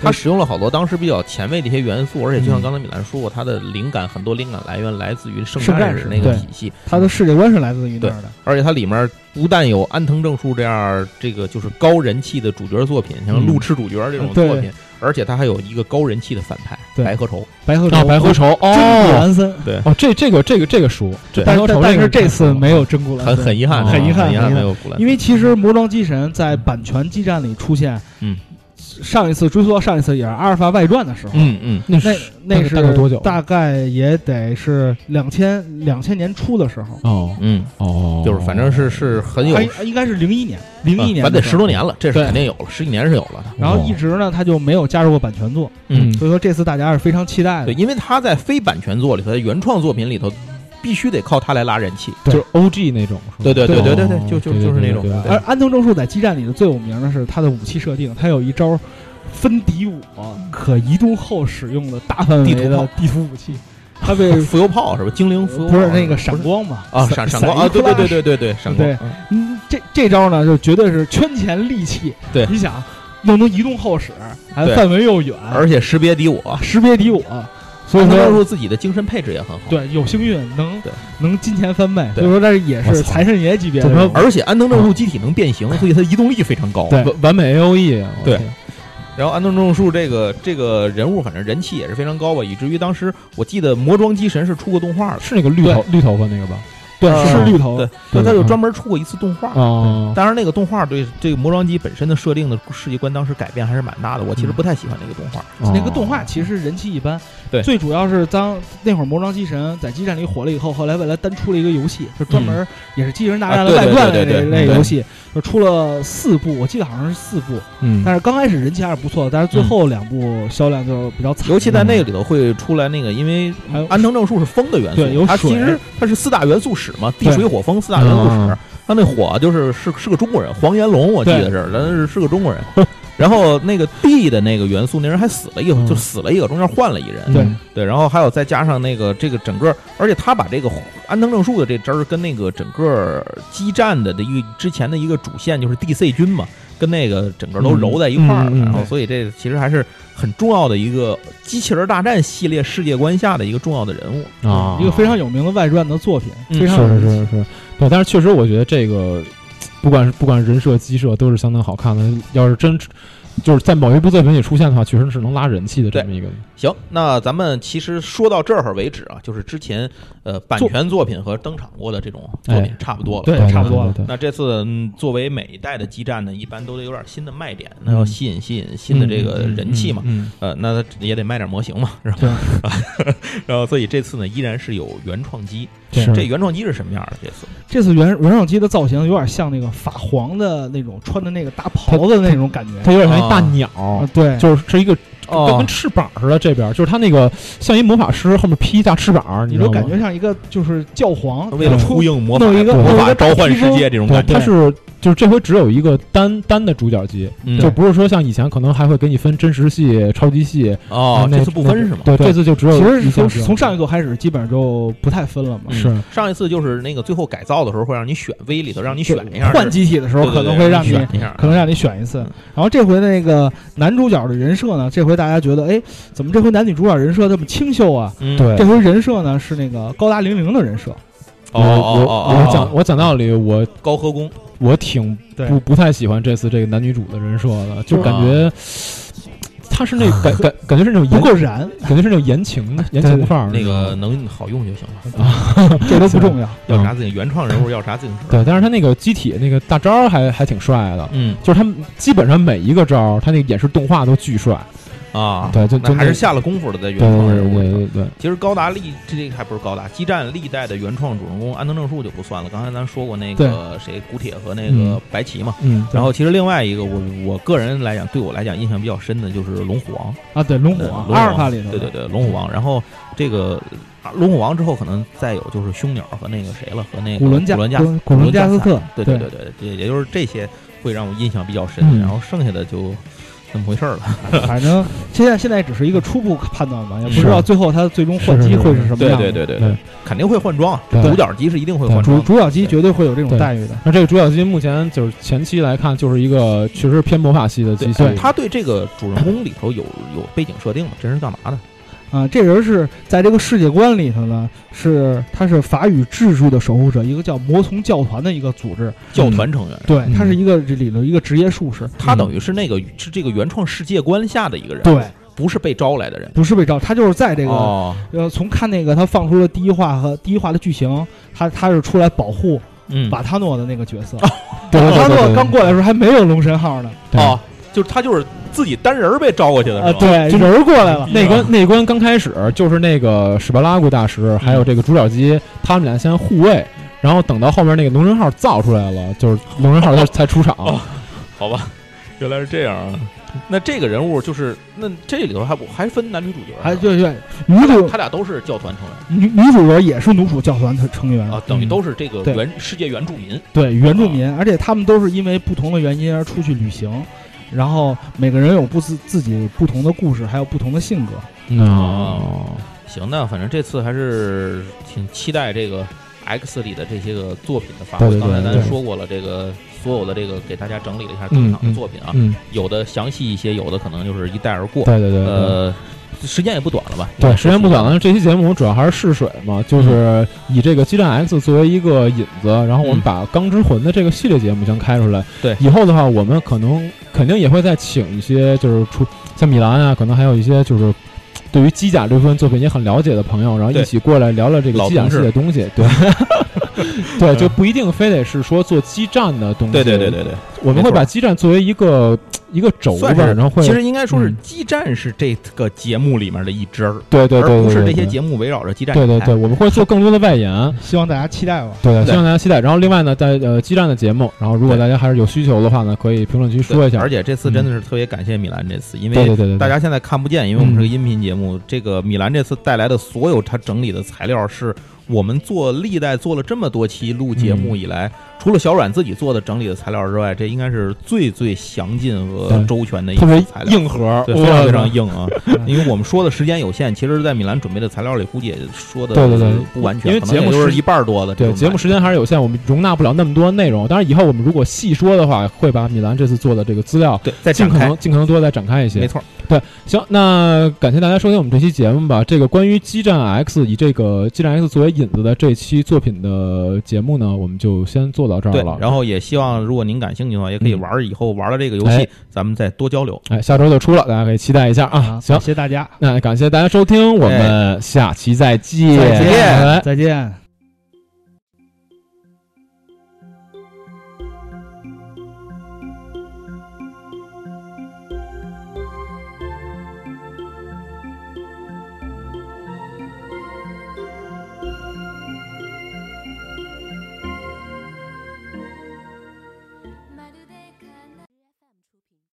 它使用了好多当时比较前卫的一些元素，而且就像嗯刚才米兰说过，它的灵感很多灵感来源来自于圣圣战战士士那个对体系，嗯它的世界观是来自于那儿的，而且它里面不但有安藤正树这样这个就是高人气的主角作品，像嗯路痴主角这种对作品，而且它还有一个高人气的反派对白河愁，白鹤啊，愁白河愁真古哦兰森，哦，这这个这个这个书，对白但河但愁但个是这次书没有真古兰很森，很遗憾，很这个遗憾很遗憾很没遗憾有古兰，因为其实魔装机神在版权激战里出现，嗯，上一次追溯到上一次也是阿尔法外传的时候，嗯嗯 那那是那是大概大概多久大概也得是两千两千年初的时候，哦嗯，哦，就是反正是是很有哎，，应该是零一年，零一年咱的得时啊十候。多年了，这是对肯定有了，十几年是有了的，然后一直呢，他就没有加入过版权作，嗯所以说这次大家是非常期待对，的。因为他在非版权作里头，在原创作品里头，必须得靠他来拉人气，就是 O G 那种，是吧对对对对对对哦就就对对就是那对种对对哎对而安藤正树在激战里的最有名的是他的武器设定，他有一招分敌我可移动后使用的大范围地图炮的地图武器，他 被啊浮游炮是吧？精灵浮游炮不是那个闪光嘛？啊，闪闪光一啊，对对对 flash 对对对，闪光，对嗯嗯，这这招呢，就绝对是圈钱利器。对你想又能移动后使，还对范围又远，而且识别敌我，识别敌我，所以安藤正说树自己的精神配置也很好。对有幸运能对能金钱翻倍，对所以说这也我是操财神爷级别的怎么人物。而且安藤正树机体能变形，所以他移动力非常高。嗯对完完美 A O E，啊对然后安藤正树这个这个人物，反正人气也是非常高吧，以至于当时我记得《魔装机神》是出过动画的，是那个绿头绿头发那个吧？对呃是绿头对，，对那他就嗯专门出过一次动画。哦，当然，那个动画对这个魔装机本身的设定的世界观当时改变还是蛮大的。我其嗯实不太喜欢那个动画。那哦个动画其实人气一般，对最主要是当那会儿魔装机神在基站里火了以后，后来为了单出了一个游戏，就专嗯门也是机器人大战的啊外对对传对类对对类对游戏，就出了四部，我记得好像是四部，嗯，但是刚开始人气还是不错的，但是最后两部销量就比较惨，尤其在那个里头会出来那个，因为还有安藤正树是风的元对有素，它水其实它是四大元素史嘛，地对水火风四大元素史嗯。他那火就是是是个中国人，黄延龙我记得是，但是是个中国人。 然后那个地的那个元素，那人还死了一个，嗯就死了一个，中间换了一人。嗯对对，然后还有再加上那个这个整个，而且他把这个安藤正树的这支儿跟那个整个激战的的一个之前的一个主线就是 DC 军嘛，跟那个整个都揉在一块儿了，嗯嗯嗯然后对所以这其实还是很重要的一个机器人大战系列世界观下的一个重要的人物。啊，一个非常有名的外传的作品，嗯非常有是是名是是，对，但是确实我觉得这个，不管是不管是人设机设都是相当好看的。要是真就是在某一部作品里出现的话，确实是能拉人气的这么一个。行，那咱们其实说到这儿为止啊，就是之前呃版权作品和登场过的这种作品哎差不多了。对对差不多了对对对那这次、嗯、作为每一代的基站呢，一般都得有点新的卖点，嗯那要吸引吸引新的这个人气嘛。嗯，呃，那也得卖点模型嘛，然后对， 然后所以这次呢依然是有原创机。嗯这是原创机是什么样啊的？这次这次原原手机的造型有点像那个法皇的那种穿的那个大袍子的那种感觉，它有点像一大啊鸟，啊，对，就是是一个就哦跟翅膀似的，这边就是它那个像一魔法师后面披一大翅膀，你你知就道吗感觉像一个就是教皇为了出呼应魔法弄一个魔弄一法个召唤披世风界这种对，感觉它，是就是这回只有一个单单的主角机，嗯就不是说像以前可能还会给你分真实系、超级系。哦，那这次不分是吗？对，对这次就只有其实一项主从角从机上一座开始，基本上就不太分了嘛嗯。是上一次就是那个最后改造的时候会让你选 V 里头让你选一下换机体的时是候，吧对可对能对会让你选一下，可能让你选一次嗯。然后这回的那个男主角的人设呢，这回大家觉得，哎，怎么这回男女主角人设这么清秀啊？嗯对这回人设呢是那个高达零零的人设，我哦哦我哦我讲哦，我讲道理，我高和宫我挺对不不太喜欢这次这个男女主的人设的，就感觉啊他是那感感感觉是那种不言够燃，感觉是那种言 情的言对情对范儿那种个能好用就行了，这都不重要。嗯要啥自己原创人物，要啥自行车。对，但是他那个机体那个大招儿还还挺帅的，嗯就是他们基本上每一个招儿，他那个演示动画都巨帅。啊，对就那就还是那下了功夫的在原对创人对物对里头。对对，其实高达历这还不是高达，基站历代的原创主人公安藤正树就不算了。刚才咱说过那个谁古铁和那个嗯白旗嘛。嗯，然后其实另外一个我我个人来讲，对我来讲印象比较深的就是龙虎王。啊，对，龙虎呃啊龙阿尔法里头，对对，对，龙虎王。然后这个啊龙虎王之后，可能再有就是凶鸟和那个谁了，和那个古伦加加古伦古古伦伦加斯特特。对对对对对，也也就是这些会让我印象比较深。嗯然后剩下的就那么回事儿了。反正现在现在只是一个初步判断吧，也不是知道最后他最终换机会是什么样的。对对对，肯定会换装啊，对独角机是一定会换主装。主角机绝对会有这种待遇的。那这个主角机目前就是前期来看，就是一个确实偏魔法系的机器对，，他对这个主人公里头有有背景设定嘛？这人是干嘛的？啊，这人是在这个世界观里头呢，是他是法语秩序的守护者，一个叫魔从教团的一个组织。教团成员，对，嗯他是一个这里头一个职业术士。他等于是那个是这个原创世界观下的一个人，嗯对，不是被招来的人。不是被招，他就是在这个哦，呃，从看那个他放出了第一话和第一话的剧情，他他是出来保护嗯，瓦塔诺的那个角色。哦对瓦对塔对对诺对刚过来的时候还没有龙神号呢，哦，就是他就是自己单人儿被招过去的，哦啊，是吧？对，就人儿过来了。那关那关刚开始就是那个史巴拉古大师还有这个主角机，他们俩先护卫，然后等到后面那个龙人号造出来了，就是龙人号才才出场。好吧，原来是这样啊。那这个人物就是，那这里头还不还分男女主角啊，还对对，女他俩主他俩都是教团成员女女主角也是奴属教团的成员啊，等于嗯都是这个对原世界原住民。对原住民，而且他们都是因为不同的原因而出去旅行，然后每个人有不自自己不同的故事，还有不同的性格。嗯哦，行，那反正这次还是挺期待这个 X 里的这些个作品的发对挥。对对刚才咱对说过了，这个所有的这个给大家整理了一下登场的嗯嗯作品啊，嗯，有的详细一些，有的可能就是一带而过。对对对对。呃，时间也不短了吧？对，时间不短了。这期节目我们主要还是试水嘛，就是以这个《激战 X》作为一个引子，然后我们嗯把《钢之魂》的这个系列节目先开出来。对以后的话，我们可能肯定也会再请一些，就是出像米兰啊，可能还有一些就是对于机甲这部分作品也很了解的朋友，然后对一起过来聊聊这个老机甲系同志嗯列东西。 对，对，就不一定非得是说做基站的东西。对对对对对。我们没会错把基站作为一个一个轴吧，算是然后会其实应该说是嗯基站是这个节目里面的一支儿，对对对对而不是对这些对节目围绕着基站对对展对，开。我们会做更多的外延。希望大家期待吧。对的，对希望大家期待。然后另外呢，在呃基站的节目，然后如果对大家还是有需求的话呢，可以评论区说一下。而且，且这次真的是特别感谢米兰这次，因对对为对对，大家家现在看不见，因为我们是个音频节目。这个米兰这次带来的所有他整理的材料，是我们做历代做了这么多期录节嗯目以来，除了小阮自己做的整理的材料之外，这应该是最最详尽和对周全的一特次别材料。硬核，对，哇非常非常塞硬 啊！因为我们说的时间有限，其实，在米兰准备的材料里，估计也说的对对对不完全，因为可能节目也就是时一半儿多的这对，种感觉。节目时间还是有限，我们容纳不了那么多内容。当然，以后我们如果细说的话，会把米兰这次做的这个资料对，再尽展可开能，尽可能多地再展开一些。啊没错儿。行，那感谢大家收听我们这期节目吧。这个关于《激战 X》以这个《激战 X》作为引子的这期作品的节目呢，我们就先做到这儿对了。，然后也希望如果您感兴趣的话，也可以嗯玩儿以后玩了这个游哎戏，咱们再多交流。哎，下周就出了，大家可以期待一下啊。行感，谢大家，那感谢大家收听，我们下期再见，哎哎再拜拜见，再见。